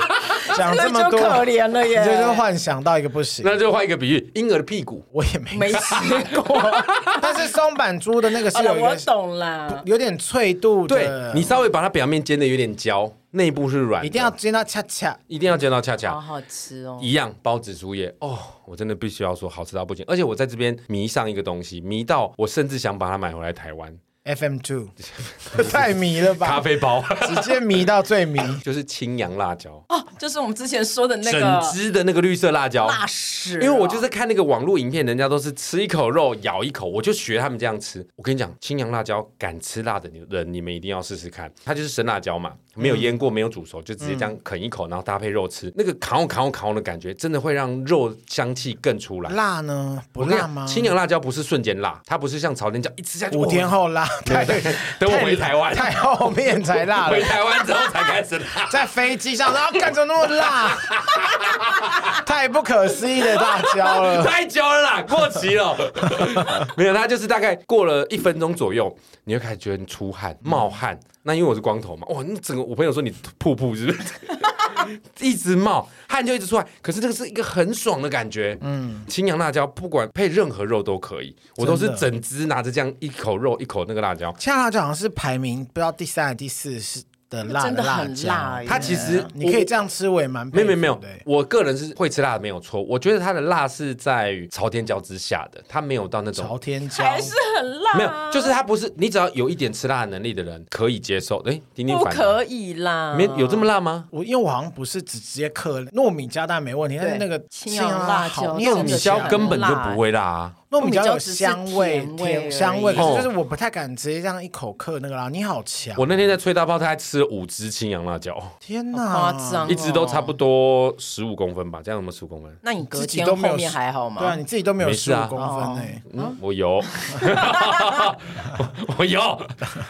Speaker 1: 讲这么
Speaker 3: 那就
Speaker 1: 多，
Speaker 3: 可怜了耶
Speaker 1: 你 这就是幻想到一个不行。
Speaker 2: 那就换一个比喻，婴儿的屁股。
Speaker 1: 我也没，
Speaker 3: 没吃过。
Speaker 1: 但是松板猪的那个
Speaker 3: 好
Speaker 1: 是
Speaker 3: 了，
Speaker 1: 有一
Speaker 3: 我
Speaker 1: 个
Speaker 3: 懂啦。
Speaker 1: 有点脆度
Speaker 2: 对
Speaker 1: 的，
Speaker 2: 你稍微把它表面煎的有点焦，内部是软的，
Speaker 1: 一定要煎到恰恰。
Speaker 2: 一定要煎到恰恰。
Speaker 3: 好好吃哦，
Speaker 2: 一样包子酥叶哦，我真的必须要说好吃到不行，而且我在这边迷上一个东西，迷到我甚至想把它买回来台 湾
Speaker 1: FM two，太迷了
Speaker 2: 咖
Speaker 1: 吧？
Speaker 2: 啡包，
Speaker 1: 直接迷到最迷。
Speaker 2: 就是青阳辣椒，
Speaker 3: 哦，就是我们之前说的那个
Speaker 2: 整只的那个绿色辣椒。
Speaker 3: 辣屎
Speaker 2: 因
Speaker 3: 哦，
Speaker 2: 为我就是在看那个网络影片，人家都是吃一口肉咬一口，我就学他们这样吃。我跟你讲，青阳辣椒敢吃辣的人，你们一定要试试看。它就是生辣椒嘛，没有腌过，
Speaker 3: 嗯
Speaker 2: 没有煮熟，就直接这样啃一口，然后搭配肉吃，那个烤烤烤的感觉，真的会让肉香气更出来。
Speaker 1: 辣呢？不
Speaker 2: 我跟你
Speaker 1: 辣
Speaker 2: 讲
Speaker 1: 吗？
Speaker 2: 青阳辣椒不是瞬间辣，它不是像朝天椒一吃下去。
Speaker 1: 五天
Speaker 2: 哦
Speaker 1: 后辣，太
Speaker 2: 等我回台湾，
Speaker 1: 太后面才辣了
Speaker 2: 回。台湾之后才开始 辣。
Speaker 1: 在飞机上，然后干怎么那么辣？太不可思议的辣椒了。
Speaker 2: 太久了啦，过期了。 没有，它就是大概过了一分钟左右，你会开始觉得你出汗、
Speaker 1: 嗯
Speaker 2: 冒汗。那因为我是光头嘛，哇，你整个我朋友说你瀑布是不 是？一直冒汗就一直出来，可是这个是一个很爽的感觉。嗯，青阳辣椒不管配任何肉都可以，我都是
Speaker 1: 真的
Speaker 2: 整只拿着这样一口肉一口那个辣椒，
Speaker 1: 恰辣椒好像是排名不知道第三还是第四是的辣
Speaker 3: 真的
Speaker 1: 辣
Speaker 3: 很辣
Speaker 1: 椒
Speaker 3: 耶，
Speaker 2: 它其实
Speaker 1: 你可以这样吃，我也蛮
Speaker 2: 没
Speaker 1: 佩
Speaker 2: 有
Speaker 1: 服
Speaker 2: 啊没有没有
Speaker 1: 的耶，
Speaker 2: 我个人是会吃辣的，没有错。我觉得它的辣是在于朝天椒之下的，它没有到那
Speaker 1: 朝
Speaker 2: 种
Speaker 1: 天椒
Speaker 3: 还是很辣，
Speaker 2: 没有，就是它不是你只要有一点吃辣的能力的人可以接受。哎，丁丁
Speaker 3: 不
Speaker 2: 反
Speaker 3: 可以啦，
Speaker 2: 没有这么辣吗？
Speaker 1: 我因为我好像不是只直接刻糯米加蛋没问题，但是那个
Speaker 3: 青
Speaker 1: 青
Speaker 3: 阳
Speaker 1: 阳
Speaker 3: 辣
Speaker 1: 好
Speaker 3: 椒
Speaker 1: 你
Speaker 3: 真的
Speaker 1: 有
Speaker 2: 米
Speaker 1: 吃
Speaker 2: 椒
Speaker 1: 啊
Speaker 2: 根本就不会辣啊！
Speaker 1: 糯米
Speaker 3: 糯米椒
Speaker 1: 有
Speaker 3: 只是
Speaker 1: 香味
Speaker 3: 甜味而
Speaker 1: 甜
Speaker 3: 已
Speaker 1: 香味，可
Speaker 2: 哦
Speaker 1: 是就是我不太敢直接这样一口刻那个辣。你好强，
Speaker 2: 我那天在吹大炮，他还吃了五只青阳辣椒，
Speaker 1: 天
Speaker 3: 好
Speaker 1: 哪，
Speaker 3: 夸张哦
Speaker 2: 一只都差不多十五公分吧，这样有没有十五公分？
Speaker 3: 那你隔
Speaker 1: 自己
Speaker 3: 天
Speaker 1: 都没
Speaker 3: 后
Speaker 1: 有
Speaker 3: 面
Speaker 1: 十
Speaker 3: 还好吗？
Speaker 1: 对啊，你自己都没有
Speaker 2: 没
Speaker 1: 十
Speaker 2: 事
Speaker 1: 五
Speaker 2: 啊
Speaker 1: 公分诶，
Speaker 2: 嗯，我有， 我有。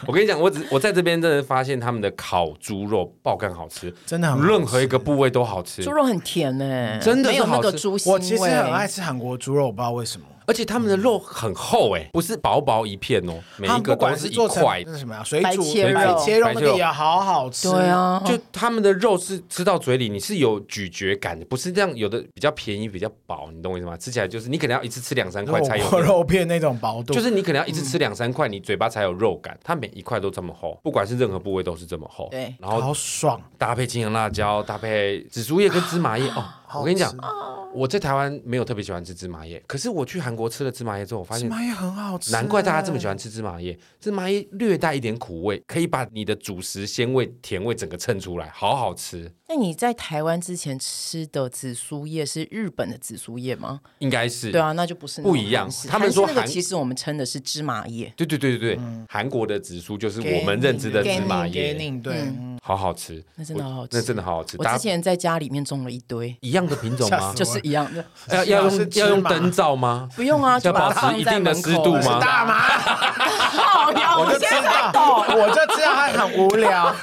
Speaker 2: 我跟你讲，我只我在这边真的发现他们的烤猪肉爆干好吃，
Speaker 1: 真的很好吃
Speaker 2: 任何一个部位都好吃
Speaker 3: 猪。肉很甜哎，
Speaker 2: 真的
Speaker 3: 没
Speaker 2: 是
Speaker 3: 有那
Speaker 2: 好
Speaker 3: 个
Speaker 2: 吃
Speaker 3: 猪腥味。
Speaker 1: 我其实很爱吃韩国猪肉，我不知道为什么。
Speaker 2: 而且他们的肉很厚哎、不是薄薄一片哦，每
Speaker 1: 他
Speaker 2: 一
Speaker 1: 们不
Speaker 2: 个
Speaker 1: 管
Speaker 2: 都
Speaker 1: 是
Speaker 2: 一
Speaker 1: 做成嗯
Speaker 2: 块
Speaker 1: 那。什么呀，水
Speaker 3: 白
Speaker 1: 煮
Speaker 3: 切肉
Speaker 1: 白切肉
Speaker 2: 白
Speaker 1: 那
Speaker 2: 切
Speaker 1: 个
Speaker 2: 肉
Speaker 1: 也好好吃。
Speaker 3: 对，啊，
Speaker 2: 就他们的肉是吃到嘴里，你是有咀嚼感的，不是这样。有的比较便宜，比较薄，你懂我意思吗？吃起来就是你可能要一次吃两三块才有
Speaker 1: 火锅
Speaker 2: 感，
Speaker 1: 肉片那种薄度，
Speaker 2: 就是你可能要一次吃两三块，你嘴巴才有肉感。它每一块都这么厚，不管是任何部位都是这么厚。
Speaker 3: 对
Speaker 2: 然后
Speaker 1: 好爽。
Speaker 2: 搭配青阳辣椒，搭配紫苏叶跟芝麻叶。哦，我跟你讲，我在台湾没有特别喜欢吃芝麻叶，可是我去韩国吃了芝麻叶之后，我发
Speaker 1: 芝
Speaker 2: 现
Speaker 1: 麻也很好吃，
Speaker 2: 嗯难怪大家这么喜欢吃芝麻
Speaker 3: 啊
Speaker 2: 叶，芝麻叶略带一点苦味，可以把你的主食鲜味、甜味整个衬出来，好好吃。
Speaker 3: 那你在台湾之前吃的紫苏叶是日本的紫苏叶吗？
Speaker 2: 应该是
Speaker 3: 对，啊，那就不是那
Speaker 2: 不
Speaker 3: 种
Speaker 2: 一样
Speaker 3: 韩式
Speaker 2: 他们说
Speaker 3: 韩式那
Speaker 2: 韩
Speaker 3: 个其实我们称的是芝麻叶，嗯
Speaker 2: 对对对对对韩国的紫苏就是我们认知的芝麻
Speaker 1: 给
Speaker 2: 叶。
Speaker 1: 你对，嗯
Speaker 2: 好好吃，
Speaker 3: 那真的
Speaker 2: 我
Speaker 3: 好好吃
Speaker 2: 那真的好好吃。
Speaker 3: 我
Speaker 2: 大
Speaker 3: 之
Speaker 2: 家啊
Speaker 3: 前在家里面种了一堆，
Speaker 2: 一样的品 种
Speaker 1: 吓
Speaker 2: 吗
Speaker 1: 死？
Speaker 3: 就是一样的，
Speaker 2: 要要
Speaker 1: 是
Speaker 2: 用
Speaker 1: 芝麻
Speaker 2: 要用灯罩 吗？
Speaker 3: 不用啊，
Speaker 2: 要
Speaker 3: 就把
Speaker 2: 保
Speaker 3: 它
Speaker 2: 持
Speaker 3: 放
Speaker 2: 一
Speaker 3: 在
Speaker 2: 定的
Speaker 3: 门
Speaker 2: 湿
Speaker 3: 口
Speaker 2: 度
Speaker 3: 啊
Speaker 2: 吗？
Speaker 1: 嗯大麻，
Speaker 3: 靠腰，
Speaker 1: 我
Speaker 3: 我
Speaker 1: 就
Speaker 3: 现
Speaker 1: 知
Speaker 3: 在才
Speaker 1: 道
Speaker 3: 懂，，
Speaker 1: 我就知道他很无 聊。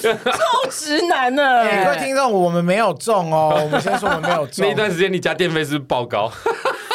Speaker 3: 臭直男呢、
Speaker 1: 哎各位听众，我们没有中哦，我们先说我们没有中，
Speaker 2: 那一段时间你家电费是不是爆高？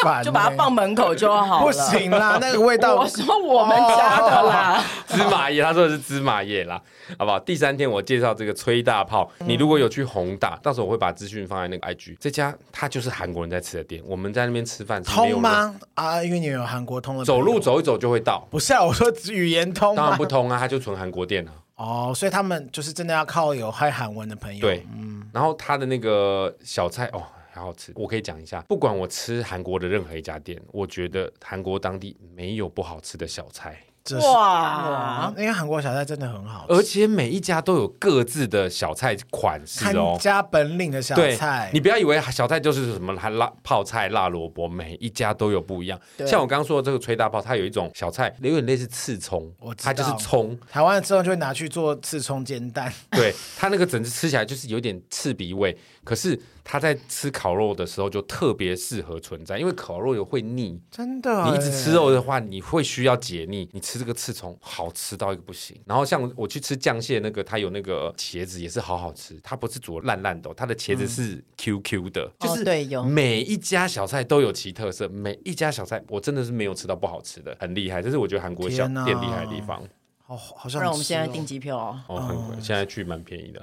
Speaker 1: 烦欸
Speaker 3: 就把它放门口就好了。
Speaker 1: 不行啦， 那个味道
Speaker 3: 我。说我们家的啦，
Speaker 2: 芝麻叶，他说的是芝麻叶啦，好不好？第三天我介绍这个吹大炮，
Speaker 1: 嗯
Speaker 2: 你如果有去宏大，到时候我会把资讯放在那个 IG。这家它就是韩国人在吃的店，我们在那边吃饭是没有
Speaker 1: 通
Speaker 2: 人？
Speaker 1: 吗？啊，因为你有韩国通了，
Speaker 2: 走路走一走就会到，
Speaker 1: 不是啊？我说语言通吗
Speaker 2: 当然不通啊，它就纯韩国店啊。
Speaker 1: 哦，所以他们就是真的要靠有会韩文的朋友。嗯
Speaker 2: 对，然后它的那个小菜哦。好好吃，我可以讲一下。不管我吃韩国的任何一家店，我觉得韩国当地没有不好吃的小菜，
Speaker 1: 这是
Speaker 3: 哇，
Speaker 1: 因为韩国小菜真的很好吃，
Speaker 2: 而且每一家都有各自的小菜款式
Speaker 1: 看
Speaker 2: 哦。
Speaker 1: 家本领的小
Speaker 2: 对
Speaker 1: 菜，，
Speaker 2: 你不要以为小菜就是什么还辣泡菜、辣萝卜，每一家都有不一样。
Speaker 3: 对
Speaker 2: 像我刚刚说的这个吹大炮，它有一种小菜，有点类似刺葱
Speaker 1: 我，知道
Speaker 2: 它就是葱，
Speaker 1: 台湾之后就会拿去做刺葱煎蛋，
Speaker 2: 对，它那个整只吃起来就是有点刺鼻味。可是它在吃烤肉的时候就特别适合存在，因为烤肉有会腻。
Speaker 1: 真的欸。
Speaker 2: 你一直吃哦肉的话，你会需要解腻。你吃这个刺葱，好吃到一个不行。然后像我去吃酱蟹那个，它有那个茄子也是好好吃，它不是煮得烂烂的哦、它的茄子是 QQ 的，就是
Speaker 3: 嗯哦对有
Speaker 2: 每一家小菜都有其特色，每一家小菜我真的是没有吃到不好吃的，很厉害。这是我觉得韩国小
Speaker 1: 天哪
Speaker 2: 店厉害的地方。
Speaker 1: 好，哦好
Speaker 3: 不
Speaker 1: 像
Speaker 3: 然我们现在订机票哦。啊
Speaker 2: 哦，很贵，现在去蛮便 宜的。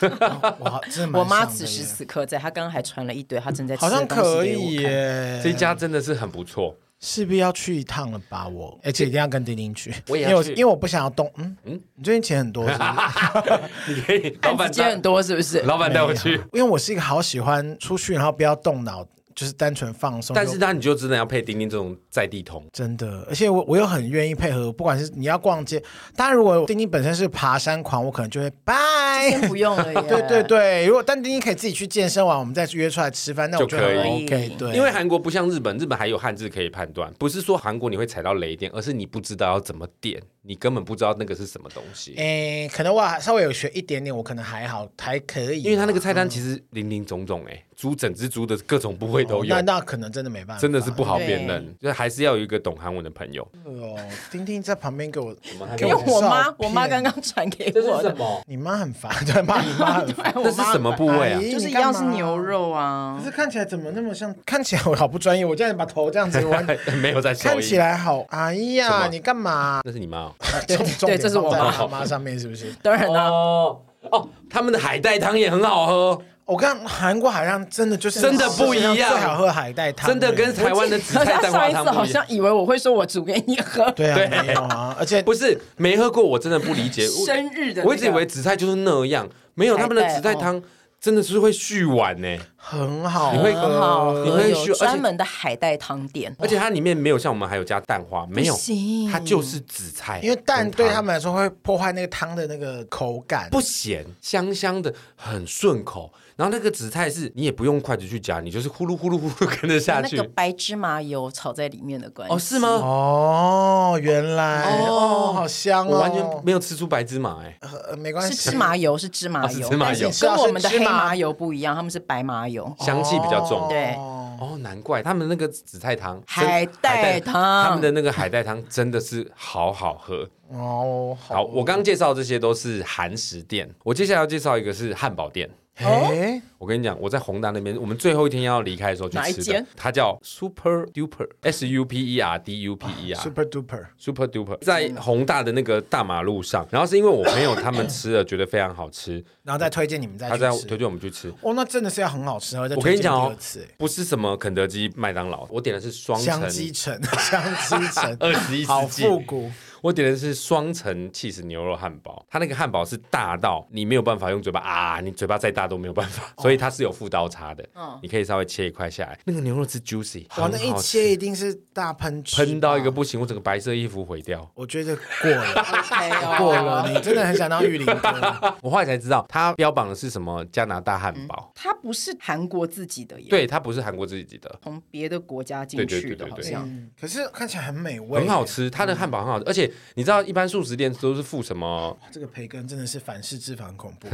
Speaker 1: 我好真的蛮想的
Speaker 3: 我妈此时
Speaker 1: 耶
Speaker 3: 此刻在，她刚刚还传了一堆她正在吃
Speaker 1: 好
Speaker 3: 的
Speaker 1: 像
Speaker 3: 东西
Speaker 1: 可
Speaker 3: 给我
Speaker 1: 以
Speaker 3: 看。
Speaker 1: 耶，
Speaker 2: 这一家真的是很不 错。
Speaker 1: 势必要去一趟了吧？我，而且一定要跟丁丁去，
Speaker 2: 我也
Speaker 1: 因
Speaker 2: 要
Speaker 1: 为我
Speaker 2: 去
Speaker 1: 因为我不想要动。嗯嗯，你最近钱很多是不是，
Speaker 2: 你可以，老
Speaker 3: 案
Speaker 2: 板
Speaker 3: 子接
Speaker 2: 带
Speaker 3: 很，多是不是？
Speaker 2: 老 板带我去。
Speaker 1: 因为我是一个好喜欢出去，然后不要动脑，就是单纯放松。
Speaker 2: 但是
Speaker 1: 就
Speaker 2: 那你就真的要配钉钉这种在地桶，
Speaker 1: 真的，而且我我又很愿意配合，不管是你要逛街，当然如果丁丁本身是爬山狂，我可能就会拜。
Speaker 3: 先不用了耶。
Speaker 1: 对对对，如果但丁丁可以自己去健身完，我们再约出来吃饭，那我觉得
Speaker 2: 就可
Speaker 1: 很
Speaker 3: 以
Speaker 1: OK。对，
Speaker 2: 因为韩国不像日本，日本还有汉字可以判断，不是说韩国你会踩到雷点，而是你不知道要怎么点，你根本不知道那个是什么东西。
Speaker 3: 哎
Speaker 1: 诶，可能我还稍微有学一点点，我可能还好，还可以啦。
Speaker 2: 因为他那个菜单其实林林总总、哎，猪整只猪的各种部位都有
Speaker 1: 那，那可能真的没办法，
Speaker 2: 真的是不好辨认，就还是要有一个懂韩文的朋友。
Speaker 1: 哦，丁丁在旁边给我，
Speaker 3: 因为我
Speaker 1: 照
Speaker 3: 妈，
Speaker 1: 片
Speaker 3: 我妈刚刚传给我的，
Speaker 2: 么？
Speaker 1: 你妈很烦，对，骂你妈很烦。
Speaker 2: 那是什么部位啊
Speaker 1: 阿？姨
Speaker 3: 就是一
Speaker 1: 你干
Speaker 3: 样
Speaker 1: 嘛
Speaker 3: 是牛肉啊
Speaker 1: 可。是看起来怎么那么像？看起来我好不专业，我竟然把头这样子弯，
Speaker 2: 没有在收
Speaker 1: 看起
Speaker 2: 音，
Speaker 1: 来好。哎
Speaker 2: 什么
Speaker 1: 呀，你干 嘛？
Speaker 2: 那是你妈哦。
Speaker 1: 重重 点
Speaker 3: 这是我
Speaker 1: 放在
Speaker 3: 妈
Speaker 1: 他妈上面是不是？
Speaker 3: 当然啦，
Speaker 2: 哦哦，他们的海带汤也很好喝，
Speaker 1: 我看韩国海像真的就是
Speaker 2: 真的不一样
Speaker 1: 世界上最好喝海带汤，
Speaker 2: 真的跟台湾的紫菜
Speaker 3: 她
Speaker 2: 蛋
Speaker 3: 上
Speaker 2: 花
Speaker 3: 一
Speaker 2: 汤
Speaker 3: 次
Speaker 2: 不
Speaker 3: 好
Speaker 2: 一样。
Speaker 3: 像以为我会说我煮给你喝，
Speaker 1: 对
Speaker 2: 对
Speaker 1: 啊，没有啊，而且
Speaker 2: 不是没喝过，我真的不理解。我
Speaker 3: 生日的那个。
Speaker 2: 我一直以为紫菜就是那样，没有
Speaker 3: 海
Speaker 2: 他
Speaker 3: 带
Speaker 2: 们的紫菜汤真的是会续碗呢，
Speaker 3: 哦
Speaker 1: 很好啊喝，
Speaker 2: 你会
Speaker 3: 很好
Speaker 2: 你
Speaker 3: 喝，
Speaker 2: 会
Speaker 3: 有
Speaker 2: 需而且
Speaker 3: 专门的海带汤店。哦
Speaker 2: 而且它里面没有像我们还有加蛋花，没有
Speaker 3: 行，
Speaker 2: 它就是紫菜，
Speaker 1: 因为蛋
Speaker 2: 跟
Speaker 1: 对
Speaker 2: 汤
Speaker 1: 他们来说会破坏那个汤的那个口感。
Speaker 2: 不咸，香香的，很顺口。然后那个紫菜是你也不用筷子去夹，你就是呼噜呼噜呼噜 跟着下
Speaker 3: 那
Speaker 2: 去
Speaker 3: 个。白芝麻油炒在里面的关系。
Speaker 2: 哦，是吗？
Speaker 1: 哦，原来哦，好香哦，
Speaker 2: 我完全没有吃出白芝麻哎。
Speaker 1: 呃没关
Speaker 3: 是
Speaker 1: 系，
Speaker 3: 芝麻油，是芝麻
Speaker 2: 哦是
Speaker 3: 油，
Speaker 2: 芝麻油
Speaker 3: 但是
Speaker 1: 啊
Speaker 3: 跟我们的黑麻油不一样，他们是白麻油。
Speaker 2: 香气比较重
Speaker 1: 哦
Speaker 3: 哦对
Speaker 2: 哦，难怪他们那个紫菜汤、
Speaker 3: 海
Speaker 2: 真
Speaker 3: 带汤
Speaker 2: 他们的那个海带汤真的是好好喝。
Speaker 1: 哦，
Speaker 2: 好，我刚刚介绍这些都是韩食店，我接下来要介绍一个是汉堡店。
Speaker 1: 哎，
Speaker 2: 我跟你讲，我在宏大那边，我们最后一天要离开的时候去
Speaker 3: 哪一
Speaker 2: 吃的
Speaker 3: 间，
Speaker 2: 它叫 Super Duper S U P E R D U P E R。
Speaker 1: Super Duper，
Speaker 2: Super Duper 在宏大的那个大马路上，然后是因为我朋友他们吃了，觉得非常好吃，
Speaker 1: 然后再推荐你们再
Speaker 2: 他
Speaker 1: 去
Speaker 2: 在推
Speaker 1: 吃。
Speaker 2: 荐我们去吃。
Speaker 1: 哦，那真的是要很好吃，然后再
Speaker 2: 我跟
Speaker 1: 推荐第
Speaker 2: 你讲哦
Speaker 1: 二次，，
Speaker 2: 不是什么肯德基、麦当劳，我点的是双
Speaker 1: 香
Speaker 2: 层，
Speaker 1: 鸡城， 香鸡城
Speaker 2: 二十一世
Speaker 1: 好
Speaker 2: 纪
Speaker 1: 复古，
Speaker 2: 我点的是双层 cheese 牛肉汉堡，它那个汉堡是大到你没有办法用嘴巴啊，你嘴巴再大都没有办
Speaker 1: 哦
Speaker 2: 法，所以它是有副刀叉的，你可以稍微切一块下来。那个牛肉是 juicy，
Speaker 1: 嗯哇，那
Speaker 2: 很
Speaker 1: 一
Speaker 2: 好吃
Speaker 1: 切一定是大喷汁，
Speaker 2: 喷到一个，不行，我整个白色衣服毁掉。
Speaker 1: 我觉得过 了，
Speaker 3: OK 哦
Speaker 1: 过了，你真的很想当玉林 哥，
Speaker 2: 我后来才知道，它标榜的是什么加拿大汉堡，
Speaker 3: 它不是韩国自己
Speaker 1: 嗯
Speaker 3: 的耶，，
Speaker 2: 对，它不是韩国自己的，
Speaker 3: 从别的国家进去的，
Speaker 2: 对对对对
Speaker 3: 好
Speaker 2: 对
Speaker 3: 像
Speaker 1: 可是看起来很美味，
Speaker 2: 很好。吃，它的汉堡很好吃，而且你知道一般素食店都是附什么？
Speaker 1: 这个培根真的是反式脂肪恐 怖，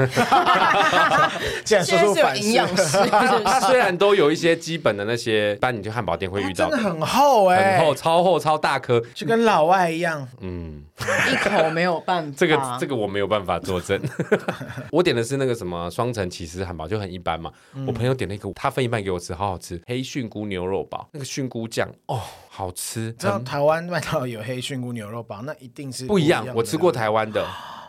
Speaker 1: 竟然说
Speaker 3: 嗯现在
Speaker 1: 出
Speaker 3: 是有
Speaker 1: 反
Speaker 3: 营
Speaker 1: 式，
Speaker 3: 养师，是不
Speaker 2: 它
Speaker 3: 是
Speaker 2: 虽然都有一些基本的那些，一般你去汉堡店会遇到
Speaker 1: 真的很厚哎、
Speaker 2: 很厚、超厚、超大颗。
Speaker 1: 就跟老外一样，
Speaker 2: 嗯，
Speaker 3: 一口没有办法。
Speaker 2: 这个、这个我没有办法作证。我点的是那个什么双层起司汉堡，就很一般嘛。我朋友点了一个，他分一半给我吃，好好吃。黑菌菇牛肉堡，那个菌菇酱哦，好吃，
Speaker 1: 知道台湾麦当劳有黑菌菇牛肉堡，那一定是
Speaker 2: 不一样
Speaker 1: 的。哦
Speaker 2: 我吃过台湾的，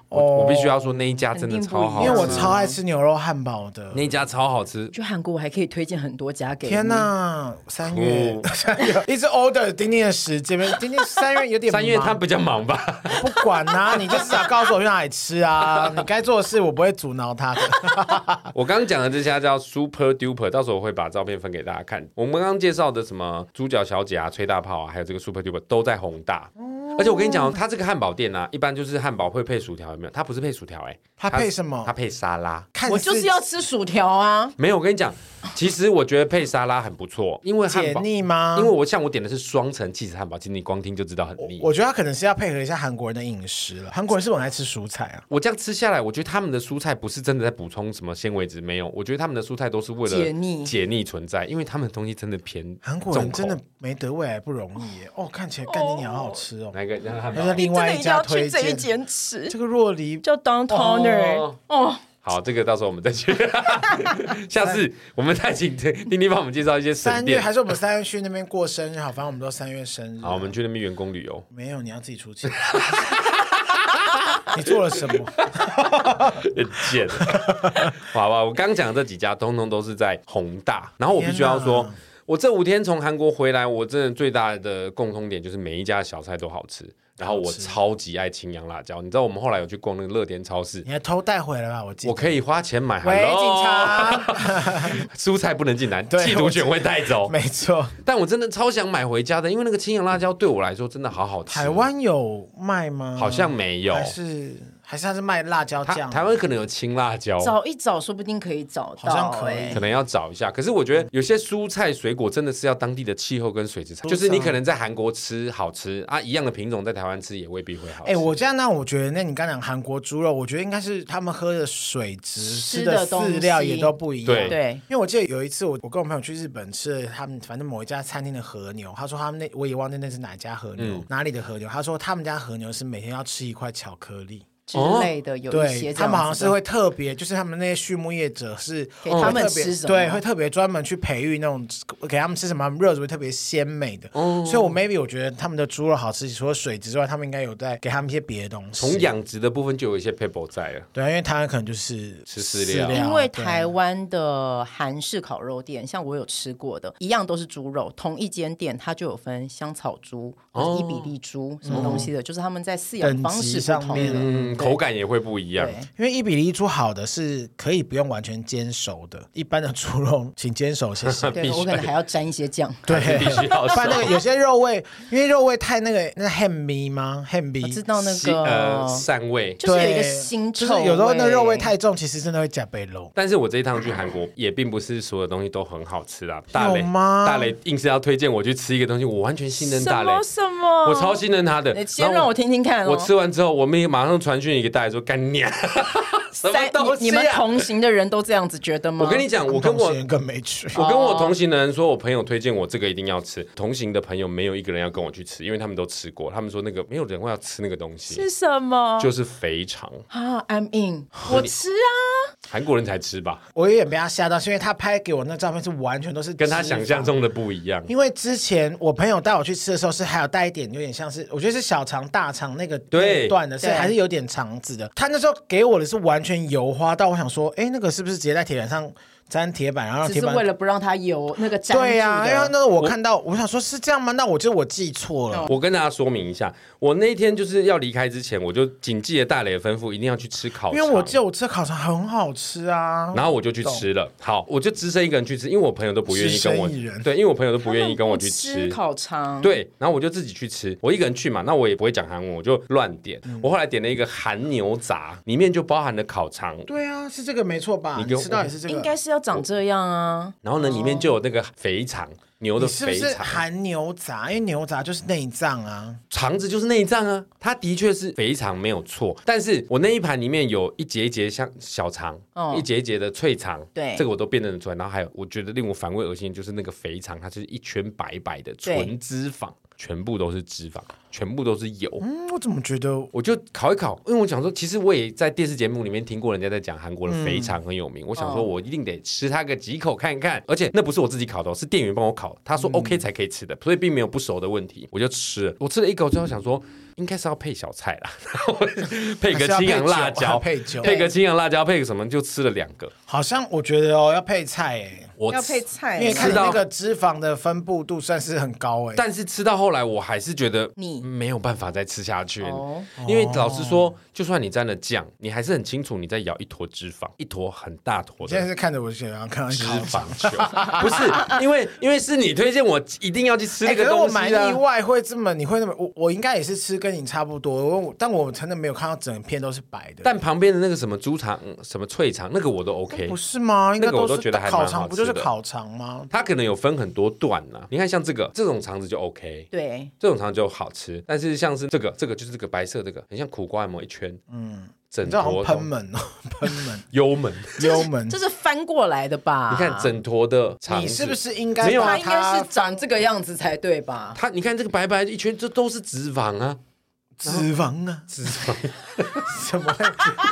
Speaker 2: 我我必须要说那一家真的超好
Speaker 1: 因
Speaker 2: 吃，
Speaker 1: 为我超爱吃牛肉汉堡的
Speaker 2: 那。一家超好吃。
Speaker 3: 去韩国我还可以推荐很多家给你。
Speaker 1: 天哪，三月 三月一直 order 丁丁的时间，丁丁三月有点忙
Speaker 2: 三月他比较忙吧，
Speaker 1: 不管 啊，你就至少告诉我去哪里吃啊，你该做的事我不会阻挠 他的。
Speaker 2: 我刚刚讲的这家叫 Super Duper，到时候我会把照片分给大家看。我们刚刚介绍的什么猪脚小姐啊、吹大炮啊，还有这个 Super Duper 都在宏大。而且我跟你讲哦，它这个汉堡店啊，一般就是汉堡会配薯条，有没有？它不是配薯条、欸，哎，
Speaker 1: 它配什么
Speaker 2: 它配沙拉。
Speaker 1: 看
Speaker 3: 我就是要吃薯条啊！
Speaker 2: 没有，我跟你讲，其实我觉得配沙拉很不错，因为汉
Speaker 1: 解
Speaker 2: 堡，
Speaker 1: 腻吗？
Speaker 2: 因为我像我点的是双层气质汉堡，其实你光听就知道很腻。
Speaker 1: 我觉得他可能是要配合一下韩国人的饮食了。韩国人是不是很爱吃蔬菜啊？
Speaker 2: 我这样吃下来，我觉得他们的蔬菜不是真的在补充什么纤维质，没有，我觉得他们的蔬菜都是为了
Speaker 3: 解腻
Speaker 2: 解腻存在，因为他们的东西真的偏
Speaker 1: 韩国人真的没得胃癌不容易耶。哦，看起来干你娘好好吃哦。
Speaker 2: 哪个那个汉堡
Speaker 1: 那是另外
Speaker 3: 真的定
Speaker 1: 家
Speaker 3: 要
Speaker 1: 推
Speaker 3: 去这一
Speaker 1: 荐，
Speaker 3: 间吃，
Speaker 1: 这个若梨
Speaker 3: 叫 Don Toner
Speaker 2: 哦
Speaker 3: 哦
Speaker 2: 好，这个到时候我们再去， 下次我们再请丁丁帮我们介绍一些省
Speaker 1: 三月
Speaker 2: 店。
Speaker 1: 还是我们三月去那边过生日好，反正我们都三月生日。
Speaker 2: 好，我们去那边员工旅游，
Speaker 1: 没有，你要自己出钱。 你做了什么？
Speaker 2: 很贱。好吧，我刚刚讲的这几家，通通都是在宏大。然后我必须要说
Speaker 1: 天哪，
Speaker 2: 我这五天从韩国回来，我真的最大的共通点就是每一家的小菜都好吃。然后我超级爱青阳辣椒，你知道我们后来有去逛那个乐天超市
Speaker 1: 你，还偷带回来吧？我记
Speaker 2: 我
Speaker 1: 得。
Speaker 2: 可以花钱买。
Speaker 1: 喂，
Speaker 2: Hello
Speaker 1: 警，察，
Speaker 2: 蔬菜不能进来，
Speaker 1: 对
Speaker 2: 缉毒犬会带 走。
Speaker 1: 没错，
Speaker 2: 但我真的超想买回家的，因为那个青阳辣椒对我来说真的好好吃。
Speaker 1: 台湾有卖吗？
Speaker 2: 好像没有
Speaker 1: 还，是还是他是卖辣椒
Speaker 2: 台
Speaker 1: 酱？
Speaker 2: 台湾可能有青辣椒，
Speaker 3: 找一找，说不定可以找
Speaker 1: 好像
Speaker 3: 到、
Speaker 1: 可以
Speaker 3: 欸
Speaker 2: 可能要找一下。可是我觉得有些蔬菜水果真的是要当地的气候跟水质差，
Speaker 1: 蔬菜
Speaker 2: 就是你可能在韩国吃好吃啊，一样的品种在台湾吃也未必会好
Speaker 1: 哎、
Speaker 2: 吃。
Speaker 1: 我这样那我觉得，那你刚讲韩国猪肉，我觉得应该是他们喝的水质、吃
Speaker 3: 吃
Speaker 1: 的
Speaker 3: 的
Speaker 1: 饲料
Speaker 3: 东西
Speaker 1: 也都不一样。
Speaker 2: 对
Speaker 3: 对
Speaker 1: 因为我记得有一次我，我跟我朋友去日本吃了他们反正某一家餐厅的和牛，他说他们那我也忘记那是哪家和牛、
Speaker 2: 嗯
Speaker 1: 哪里的和牛，他说他们家和牛是每天要吃一块巧克力，
Speaker 3: 之
Speaker 2: 哦
Speaker 3: 类的，有一
Speaker 1: 对
Speaker 3: 些
Speaker 1: 他们好像是
Speaker 3: 会
Speaker 1: 会特别，就是他们那些畜牧业者是
Speaker 3: 给他们
Speaker 1: 会特别
Speaker 3: 吃什么
Speaker 1: 对，会特别专门去培育那种给他们吃什么肉质会特别鲜美的，
Speaker 3: 哦
Speaker 1: 所以我 maybe 我觉得他们的猪肉好吃，除了水质之外，他们应该有在给他们一些别的东西，
Speaker 2: 从养殖的部分就有一些 people 在了，嗯
Speaker 1: 对啊，因为台湾可能就是
Speaker 2: 吃饲料
Speaker 3: 因为台
Speaker 1: 湾
Speaker 3: 湾的韩式烤肉店，像我有吃过的，一样都是猪肉，同一间店它就有分香草猪、
Speaker 2: 哦
Speaker 3: 伊比利猪什么东西的，就是他们在饲养
Speaker 1: 等
Speaker 3: 方
Speaker 1: 级
Speaker 3: 式
Speaker 1: 上
Speaker 3: 不同
Speaker 1: 面，
Speaker 3: 的。
Speaker 2: 嗯，口感也会不一样。。
Speaker 3: 对，
Speaker 1: 因为一比一猪好的是可以不用完全煎熟的，一般的猪肉请煎熟谢谢
Speaker 2: 必
Speaker 3: 对
Speaker 2: 须
Speaker 3: 我可能还要沾一 些酱。
Speaker 1: 对，
Speaker 2: 必须要
Speaker 1: 不然那个有些肉味，因为肉味太那个那 ham 咪吗？ham 咪
Speaker 3: 我知道那
Speaker 2: 西呃
Speaker 3: 个，
Speaker 2: 膻味。
Speaker 3: 就是有一个
Speaker 1: 对
Speaker 3: 腥
Speaker 1: 就
Speaker 3: 臭
Speaker 1: 是有时候那
Speaker 3: 味
Speaker 1: 肉味太重，其实真的会加倍肉。
Speaker 2: 但是我这一趟去韩国，也并不是所有东西都很好吃啦。大雷
Speaker 1: 有吗
Speaker 2: 大雷硬是要推荐我去吃一个东西，我完全信任大雷，
Speaker 3: 什么
Speaker 2: 我超信任他的。
Speaker 3: 你先
Speaker 2: 然后
Speaker 3: 让我听听看哦。
Speaker 2: 我吃完之后，我们也马上传讯一个大家说干娘， 什么
Speaker 3: 三
Speaker 2: 东
Speaker 3: 你你
Speaker 2: 西
Speaker 3: 们
Speaker 2: 啊？
Speaker 3: 同行的人都这样子觉得吗？
Speaker 2: 我跟你讲，我跟
Speaker 1: 同
Speaker 2: 我
Speaker 1: 性人更没趣。
Speaker 2: 我跟我同行的人说，我朋友推荐我这个一定要吃，同行的朋友没有一个人要跟我去吃，因为他们都吃过，他们说那个没有人会要吃那个东
Speaker 1: 啊
Speaker 2: 西。
Speaker 3: 什么
Speaker 2: 就是肥肠，
Speaker 3: 啊，I'm in，我吃啊，
Speaker 2: 韩国人才吃吧，
Speaker 1: 我有点被他吓到，是因为他拍给我那照片是完全都是
Speaker 2: 跟他
Speaker 1: 脂肪
Speaker 2: 想象。中的不一样。
Speaker 1: 因为之前我朋友带我去吃的时候，是还有带一点，有点像是我觉得是小肠、大肠那个
Speaker 2: 对
Speaker 1: 那一段的，是
Speaker 3: 对
Speaker 1: 还是有点肠子的。他那时候给我的是完全油花到，我想说，哎，那个是不是直接在铁板上粘铁板，然后让啊
Speaker 3: 只
Speaker 1: 铁
Speaker 3: 是
Speaker 1: 板
Speaker 3: 为了不让它油那个粘
Speaker 1: 对呀、因为那
Speaker 3: 住的。
Speaker 1: 时候我看到，我想说是这样吗？那我就我记错了。
Speaker 2: 我跟大家说明一下，我那天就是要离开之前，我就谨记了大雷的吩咐，一定要去吃烤肠。
Speaker 1: 因为我记得我吃烤肠很好吃啊，
Speaker 2: 然后我就去吃了。好，我就只身一个人去吃，因为我朋友都不愿意跟我
Speaker 1: 只身一人，
Speaker 2: 对，因为我朋友都不
Speaker 3: 不
Speaker 2: 愿意跟我去
Speaker 3: 吃烤
Speaker 1: 哦
Speaker 3: 肠，，
Speaker 2: 对，然后我就自己去吃，我一个人去嘛，那我也不会讲韩文，我就乱点。
Speaker 1: 嗯
Speaker 2: 我后来点了一个韩牛杂，里面就包含了烤肠。
Speaker 1: 对啊，是这个没错吧？
Speaker 2: 你
Speaker 1: 你
Speaker 2: 给我
Speaker 1: 吃到也是这个，
Speaker 3: 应该是要长这样啊。
Speaker 2: 然后呢，里面就有那个肥肠，牛的
Speaker 1: 哦你是不
Speaker 2: 肥
Speaker 1: 是
Speaker 2: 肠，
Speaker 1: 含牛杂？因为牛杂就是内脏啊。
Speaker 2: 肠子就是内脏啊，它的确是肥肠没有错。但是我那一盘里面有一节一节像小肠，
Speaker 3: 哦
Speaker 2: 一节一节的脆肠，
Speaker 3: 对
Speaker 2: 这个我都辨认得出来。然后还有，我觉得令我反胃恶心的就是那个肥肠，它就是一圈白白的
Speaker 3: 对
Speaker 2: 纯脂肪，全部都是脂肪，全部都是油。
Speaker 1: 嗯，我怎么觉得
Speaker 2: 我就考一考，因为我想说，其实我也在电视节目里面听过人家在讲韩国的肥肠很有名，我想说我一定得吃它个几口看看。而且那不是我自己烤的哦，是店员帮我烤，他说 OK 才可以吃的，所以并没有不熟的问题。我就吃了，我吃了一口之后想说，应该是要配小菜啦， 配个青阳辣椒，
Speaker 1: 还是要配酒
Speaker 2: 配个青阳辣椒，配个什么就吃了两个。
Speaker 1: 好像我觉得哦，要配菜哎、
Speaker 2: 我
Speaker 3: 要配
Speaker 2: 吃
Speaker 3: 菜，啊
Speaker 1: 因为看你
Speaker 2: 吃到
Speaker 1: 那个脂肪的分布度算是很高哎、
Speaker 2: 但是吃到后来，我还是觉得
Speaker 3: 腻
Speaker 2: 没有办法再吃下去
Speaker 3: 哦，
Speaker 2: 因为老实说，就算你沾了酱，你还是很清楚你在咬一坨脂肪，一坨很大坨
Speaker 1: 我现在
Speaker 2: 的。
Speaker 1: 是看着我血糖，看到
Speaker 2: 脂
Speaker 1: 脂
Speaker 2: 肪球不是因为，因为是你推荐我一定要去吃那
Speaker 1: 哎，可是
Speaker 2: 个东
Speaker 1: 我
Speaker 2: 西
Speaker 1: 蛮
Speaker 2: 啊
Speaker 1: 意。外会这么，你会那么，我我应该也是吃跟你差不多，我但我真的没有看到整片都是白的。
Speaker 2: 但旁边的那个什么猪肠、嗯什么脆肠，那个我都 OK
Speaker 1: 不。是吗？应该
Speaker 2: 那个我
Speaker 1: 是
Speaker 2: 都觉得还蛮
Speaker 1: 烤
Speaker 2: 好
Speaker 1: 肠，不就是
Speaker 2: 吃的
Speaker 1: 烤肠吗？
Speaker 2: 它可能有分很多段呐、你看像这个这种肠子就 OK，
Speaker 3: 对，
Speaker 2: 这种肠子就好吃。但是像是这个，这个就是这个白色这个，很像苦瓜按摩一圈，嗯，整
Speaker 1: 你知道好
Speaker 2: 坨
Speaker 1: 像喷门哦，喷 门
Speaker 2: 幽门。
Speaker 1: 幽门
Speaker 3: 这。是翻过来的吧？
Speaker 2: 嗯你看整坨的肠子，
Speaker 1: 你是不是应该
Speaker 2: 没有啊
Speaker 1: 把
Speaker 3: 它应该
Speaker 1: 它
Speaker 3: 是长这个样子才对吧？
Speaker 2: 它？你看这个白白的一圈，这都是脂肪啊，
Speaker 1: 脂肪 啊？
Speaker 2: 脂肪，
Speaker 1: 怎么会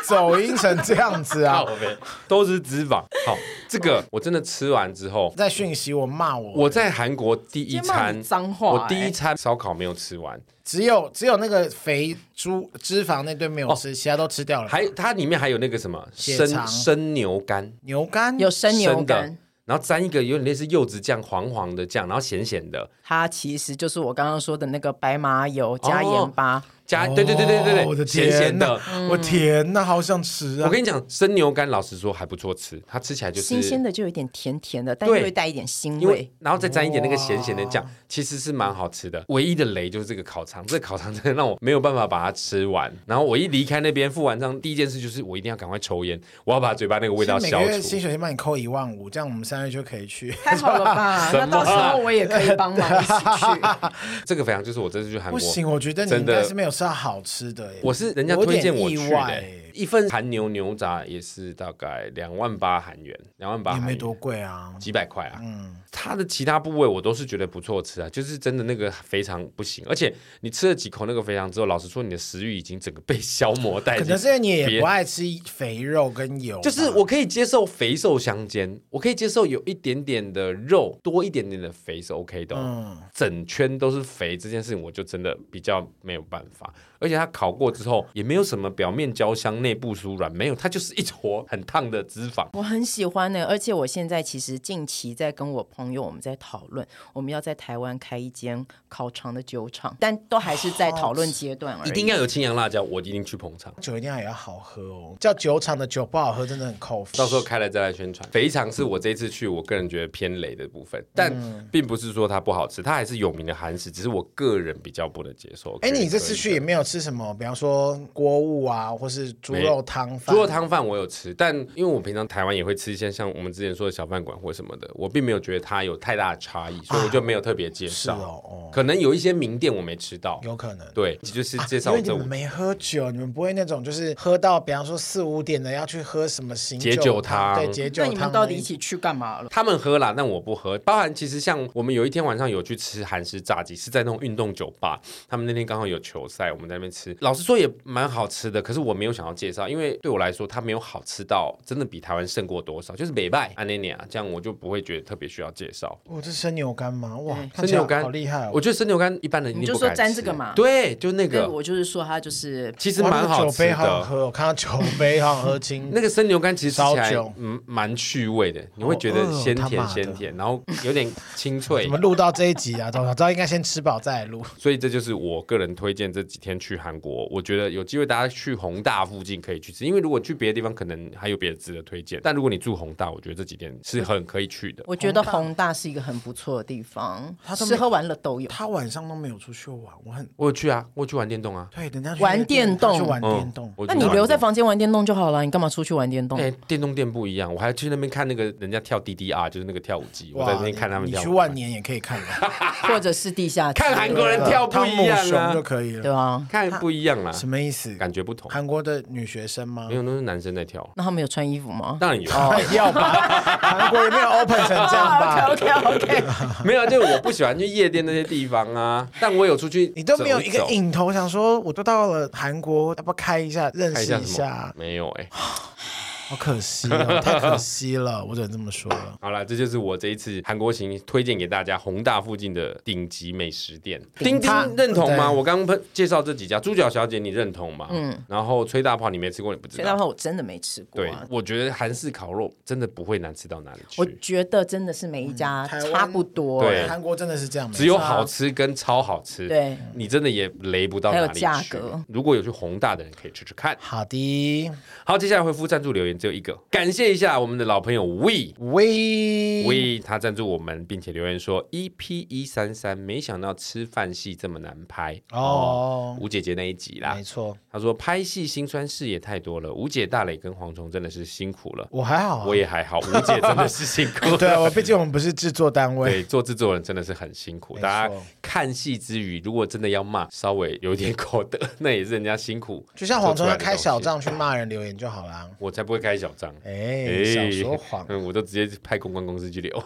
Speaker 1: 走音成这样子啊
Speaker 2: 靠？呗，都是脂肪。好，这个我真的吃完之后，
Speaker 1: 在讯息我骂我，
Speaker 2: 我在韩国第一
Speaker 3: 今天骂你
Speaker 2: 餐，
Speaker 3: 脏话、
Speaker 2: 我第一餐烧烤没有吃完，
Speaker 1: 只有只有那个肥猪脂肪那堆没有
Speaker 2: 哦
Speaker 1: 吃，其他都吃掉了。
Speaker 3: 哎
Speaker 2: 还它里面还有那个什么
Speaker 1: 血
Speaker 2: 生
Speaker 1: 肠
Speaker 2: 生牛肝，
Speaker 1: 牛肝
Speaker 3: 有生
Speaker 2: 嗯
Speaker 3: 牛
Speaker 2: 生的
Speaker 3: 肝，。
Speaker 2: 然后沾一个有点类似柚子酱、黄黄的酱，然后咸咸的，
Speaker 3: 它其实就是我刚刚说的那个白麻油加
Speaker 2: 哦
Speaker 3: 盐巴，
Speaker 2: 加对对对对对
Speaker 1: 哦我
Speaker 2: 对，
Speaker 1: 的
Speaker 2: 咸咸
Speaker 1: 天呐
Speaker 2: 的。，嗯
Speaker 1: 我天呐，好想吃啊！
Speaker 2: 我跟你讲，生牛肝老实说还不错吃，它吃起来就是
Speaker 3: 新鲜的就有点甜甜的，但又
Speaker 2: 对
Speaker 3: 会带一点腥
Speaker 2: 因为
Speaker 3: 味。
Speaker 2: 然后再沾一点那个咸咸的酱，其实是蛮好吃的。唯一的雷就是这个烤肠，这个烤肠真的让我没有办法把它吃完。然后我一离开那边付完账，第一件事就是我一定要赶快抽烟，我要把嘴巴那个味道
Speaker 1: 其实
Speaker 2: 消
Speaker 1: 每个月
Speaker 2: 除
Speaker 1: 薪。水先帮你扣一万五，这样我们三月就可以去。
Speaker 3: 太好了吧？
Speaker 2: 什么啊
Speaker 3: 那到时候我也可以帮忙一起去。
Speaker 2: 这个肥肠就是我这次去韩
Speaker 1: 不
Speaker 2: 国，
Speaker 1: 行，我觉得你应
Speaker 2: 真的
Speaker 1: 该是没有吃到好吃的耶。
Speaker 2: 我是人家推荐我去
Speaker 1: 有点
Speaker 2: 的、
Speaker 1: 意外欸
Speaker 2: 一份韩牛牛杂也是大概两万八韩元，两万八
Speaker 1: 也
Speaker 2: 韩
Speaker 1: 没
Speaker 2: 元。
Speaker 1: 多贵啊，
Speaker 2: 几百块啊，嗯，它的其他部位我都是觉得不错吃啊，就是真的那个肥肠不行，而且你吃了几口那个肥肠之后，老实说你的食欲已经整个被 消磨殆
Speaker 1: 可
Speaker 2: 尽，
Speaker 1: 能是因为你也
Speaker 2: 哎别
Speaker 1: 不爱吃肥肉跟油吧，
Speaker 2: 就是我可以接受肥瘦相间，我可以接受有一点点的肉，多一点点的肥是 OK 的、哦。整圈都是肥这件事情，我就真的比较没有办法。而且它烤过之后也没有什么表面焦香、内部酥软，没有，它就是一坨很烫的脂肪。
Speaker 3: 我很喜欢呢、欸而且我现在其实近期在跟我朋友我们在讨论，我们要在台湾开一间烤肠的酒厂，但都还是在讨论阶段而已。
Speaker 2: 一定要有青阳辣椒，我一定去捧场。
Speaker 1: 酒一定要也要好喝哦。叫酒厂的酒不好喝，真的很扣分。
Speaker 2: 到时候开了再来宣传。肥肠是我这一次去，我个人觉得偏雷的部分，但并不是说它不好吃，它还是有名的韩食，只是我个人比较不能接受。
Speaker 1: 哎，你这
Speaker 2: 可
Speaker 1: 次
Speaker 2: 以
Speaker 1: 去也没有吃什么，比方说锅物啊，或是猪
Speaker 2: 没
Speaker 1: 肉汤饭。
Speaker 2: 猪肉汤饭我有吃，但因为我平常台湾也会吃一些像我们之前说的小饭馆或什么的，我并没有觉得它有太大的差异，所以我就没有特别介
Speaker 1: 啊是
Speaker 2: 绍。
Speaker 1: 哦，哦，
Speaker 2: 可能有一些名店我没吃到，
Speaker 1: 有可能。
Speaker 2: 对，就是
Speaker 1: 啊
Speaker 2: 介
Speaker 1: 因
Speaker 2: 绍
Speaker 1: 为你
Speaker 2: 这五
Speaker 1: 们没喝酒，你们不会那种就是喝到，比方说四五点的要去喝什么醒
Speaker 2: 解
Speaker 1: 酒
Speaker 2: 酒汤
Speaker 1: 对解酒
Speaker 3: 那
Speaker 1: 汤
Speaker 3: 你
Speaker 1: 那
Speaker 3: 们
Speaker 1: 一。
Speaker 3: 到底一起去干嘛了？
Speaker 2: 他们喝啦，但我不喝。包含其实像我们有一天晚上有去吃韩式炸鸡，是在那种运动酒吧。他们那天刚好有球赛，我们在那边吃。老实说也蛮好吃的，可是我没有想要介绍，因为对我来说它没有好吃到真的比台湾胜过多少，就是美拜安内尼亚这样，我就不会觉得特别需要介绍。
Speaker 1: 哇，这生牛肝吗？哇，
Speaker 3: 对
Speaker 1: 看
Speaker 2: 生
Speaker 1: 起来
Speaker 2: 牛肝
Speaker 1: 好厉害哦！
Speaker 2: 我觉得生牛肝一般人一定
Speaker 3: 你就
Speaker 2: 不敢
Speaker 3: 说沾
Speaker 2: 吃
Speaker 3: 这个嘛
Speaker 2: 对，就那
Speaker 3: 对，
Speaker 2: 个，
Speaker 3: 我就是说，它就是
Speaker 2: 其实
Speaker 1: 哇那
Speaker 2: 蛮
Speaker 1: 个
Speaker 2: 好
Speaker 1: 酒
Speaker 2: 吃
Speaker 1: 杯好好
Speaker 2: 的。
Speaker 1: 喝哦，我看到酒杯好好喝清。
Speaker 2: 那个生牛肝其实吃起
Speaker 1: 烧
Speaker 2: 来
Speaker 1: 酒
Speaker 2: 嗯蛮趣味的，你会觉
Speaker 1: 好
Speaker 2: 得
Speaker 1: 饿哦
Speaker 2: 鲜
Speaker 1: 他妈
Speaker 2: 甜
Speaker 1: 的
Speaker 2: 鲜甜，然后有点清脆
Speaker 1: 怎。么录到这一集啊？早早知道应该先吃饱再来录。
Speaker 2: 所以这就是我个人推荐这几天去去韩国，我觉得有机会大家去宏大附近可以去吃，因为如果去别的地方，可能还有别的值得推荐。但如果你住宏大，我觉得这几天是很可以去
Speaker 1: 嗯
Speaker 2: 的。
Speaker 3: 我觉得宏大是一个很不错的地方
Speaker 1: 它，都没
Speaker 3: 吃喝玩乐都有。
Speaker 1: 他晚上都没有出去玩，我很
Speaker 2: 我有去啊，我有去玩电动啊，
Speaker 1: 对人家去
Speaker 3: 玩
Speaker 1: 夜
Speaker 3: 电动
Speaker 1: 他去玩
Speaker 2: 嗯
Speaker 1: 电动，
Speaker 2: 我
Speaker 3: 那
Speaker 2: 去
Speaker 3: 你
Speaker 2: 玩
Speaker 3: 留在
Speaker 2: 电动
Speaker 3: 房间玩电动就好了，你干嘛出去玩电动？
Speaker 1: 嗯
Speaker 2: 哎、电动店不一样，我还去那边看那个人家跳 DDR，就是那个跳舞机，我在那边看他们
Speaker 1: 你
Speaker 2: 跳
Speaker 1: 去
Speaker 2: 舞。
Speaker 1: 万年也可以看啊，
Speaker 3: 或者是地下
Speaker 2: 看
Speaker 3: 街
Speaker 2: 韩国人跳不
Speaker 1: 汤
Speaker 2: 一
Speaker 1: 姆
Speaker 2: 样
Speaker 1: 熊就
Speaker 2: 啊，
Speaker 1: 可以
Speaker 3: 对
Speaker 1: 了，
Speaker 3: 啊，
Speaker 2: 看不一样啦，
Speaker 1: 什么意思？
Speaker 2: 感觉不同。
Speaker 1: 韩国的女学生吗
Speaker 2: 没？有，都是男生在
Speaker 1: 哦
Speaker 2: 跳，
Speaker 3: 那他们有穿衣服吗？
Speaker 2: 当然有，
Speaker 1: 要吧，韩国也没有 open 成这样 吧？
Speaker 3: OK OK，
Speaker 2: 没有，啊就是我不喜欢去夜店那些地方 啊。但我有出去走走，
Speaker 1: 你都没有一个影头，想说我都到了韩国，要不要开一下，认
Speaker 2: 看一
Speaker 1: 识
Speaker 2: 下
Speaker 1: 一
Speaker 2: 什
Speaker 1: 下
Speaker 2: 么？？没有哎、
Speaker 1: 好可惜哦， 太可惜了，我只能这么说了。
Speaker 2: 好了，这就是我这一次韩国行推荐给大家宏大附近的顶级美食店。丁丁
Speaker 1: 它
Speaker 2: 认同吗？
Speaker 1: 对
Speaker 2: 我刚刚介绍这几家，猪脚小姐你认同吗？嗯。然后吹大炮你没吃过，你不知
Speaker 3: 所以的
Speaker 2: 道。
Speaker 3: 话啊我真的没吃过
Speaker 2: 对
Speaker 3: 啊，。
Speaker 2: 我觉得韩式烤肉真的不会难吃到哪里去。
Speaker 3: 我觉得真的是每一家
Speaker 1: 嗯台湾
Speaker 3: 差不多，
Speaker 2: 对
Speaker 1: 韩国真的是这样，没
Speaker 2: 只有
Speaker 1: 错啊
Speaker 2: 好吃跟超好吃，
Speaker 3: 对，
Speaker 2: 你真的也雷不到哪里去。
Speaker 3: 还有价格
Speaker 2: 如果有去宏大的人可以吃吃看。
Speaker 1: 好的。
Speaker 2: 好，接下来回复赞助留言只有一个，感谢一下我们的老朋友 We。
Speaker 1: 喂
Speaker 2: We 他赞助我们，并且留言说 EP 一三三，没想到吃饭戏这么难拍
Speaker 1: 哦
Speaker 2: 吴姐姐那一集啦
Speaker 1: 没，错，
Speaker 2: 他说拍戏辛酸事也太多了，吴姐、大磊跟蝗虫真的是辛苦了，
Speaker 1: 我还好啊，
Speaker 2: 我也还好，吴姐真的是辛苦 了。
Speaker 1: 对啊，我毕竟我们不是制作单位，
Speaker 2: 对，做制作人真的是很辛苦。
Speaker 1: 没错
Speaker 2: 大家看戏之余，如果真的要骂，稍微有点口德， 那也是人家辛苦。
Speaker 1: 就像黄忠要开小
Speaker 2: 账，
Speaker 1: 账去骂人留言就好啦。
Speaker 2: 我才不会开小账。
Speaker 1: 哎，少说 谎，
Speaker 2: 嗯，我都直接派公关公司 去留。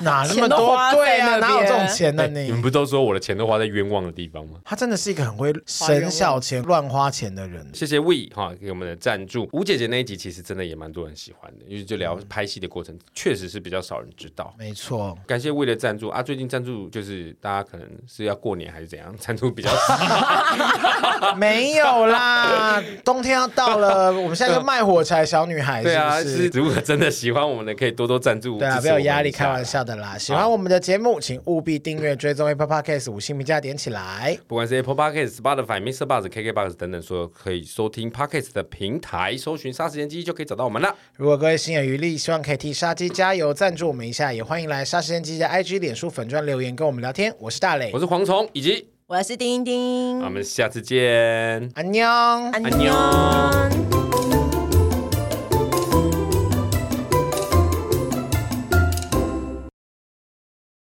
Speaker 1: 哪那么
Speaker 3: 钱都
Speaker 1: 多
Speaker 3: 花？在
Speaker 1: 对啊，
Speaker 3: 那
Speaker 1: 哪有这种
Speaker 3: 边
Speaker 1: 钱呢？
Speaker 2: 哎你
Speaker 1: 你
Speaker 2: 们不都说我的钱都花在冤枉的地方吗？
Speaker 1: 他真的是一个很会省小钱、乱花钱的人。
Speaker 2: 谢谢 We 哈给我们的赞助。吴姐姐那一集其实真的也蛮多人喜欢的，因为就聊拍戏的过程，确实是比较少人知道。
Speaker 1: 没错，
Speaker 2: 感谢 We 的赞助啊！最近赞助就是大家可能是要过年还是怎样，赞助比较少。
Speaker 1: 没有啦，冬天要到了，我们现在就卖火柴小女孩，
Speaker 2: 对啊，
Speaker 1: 是不
Speaker 2: 是
Speaker 1: 是？
Speaker 2: 如果真的喜欢我们的，可以多多赞助。
Speaker 1: 对啊，
Speaker 2: 支
Speaker 1: 不
Speaker 2: 持我
Speaker 1: 要有
Speaker 2: 们
Speaker 1: 压力，
Speaker 2: 一下
Speaker 1: 开玩。笑的啦。喜欢我们的节目，请务必订阅、追踪 Apple Podcast 五星评价点起来。
Speaker 2: 不管是 Apple Podcast、Spotify、Mr. Buzz、KKBox 等等所有可以收听 Podcast 的平台，搜寻“杀时间机”就可以找到我们了。
Speaker 1: 如果各位心有余力，希望可以替杀鸡加油，赞助我们一下，也欢迎来杀时间机的 IG、脸书粉专留言跟我们聊天。我是大磊
Speaker 2: 我，是蝗虫，以及
Speaker 3: 我是丁丁
Speaker 2: 我，们下次见。
Speaker 1: 安妞。
Speaker 3: 安
Speaker 2: 安妞
Speaker 3: 妞。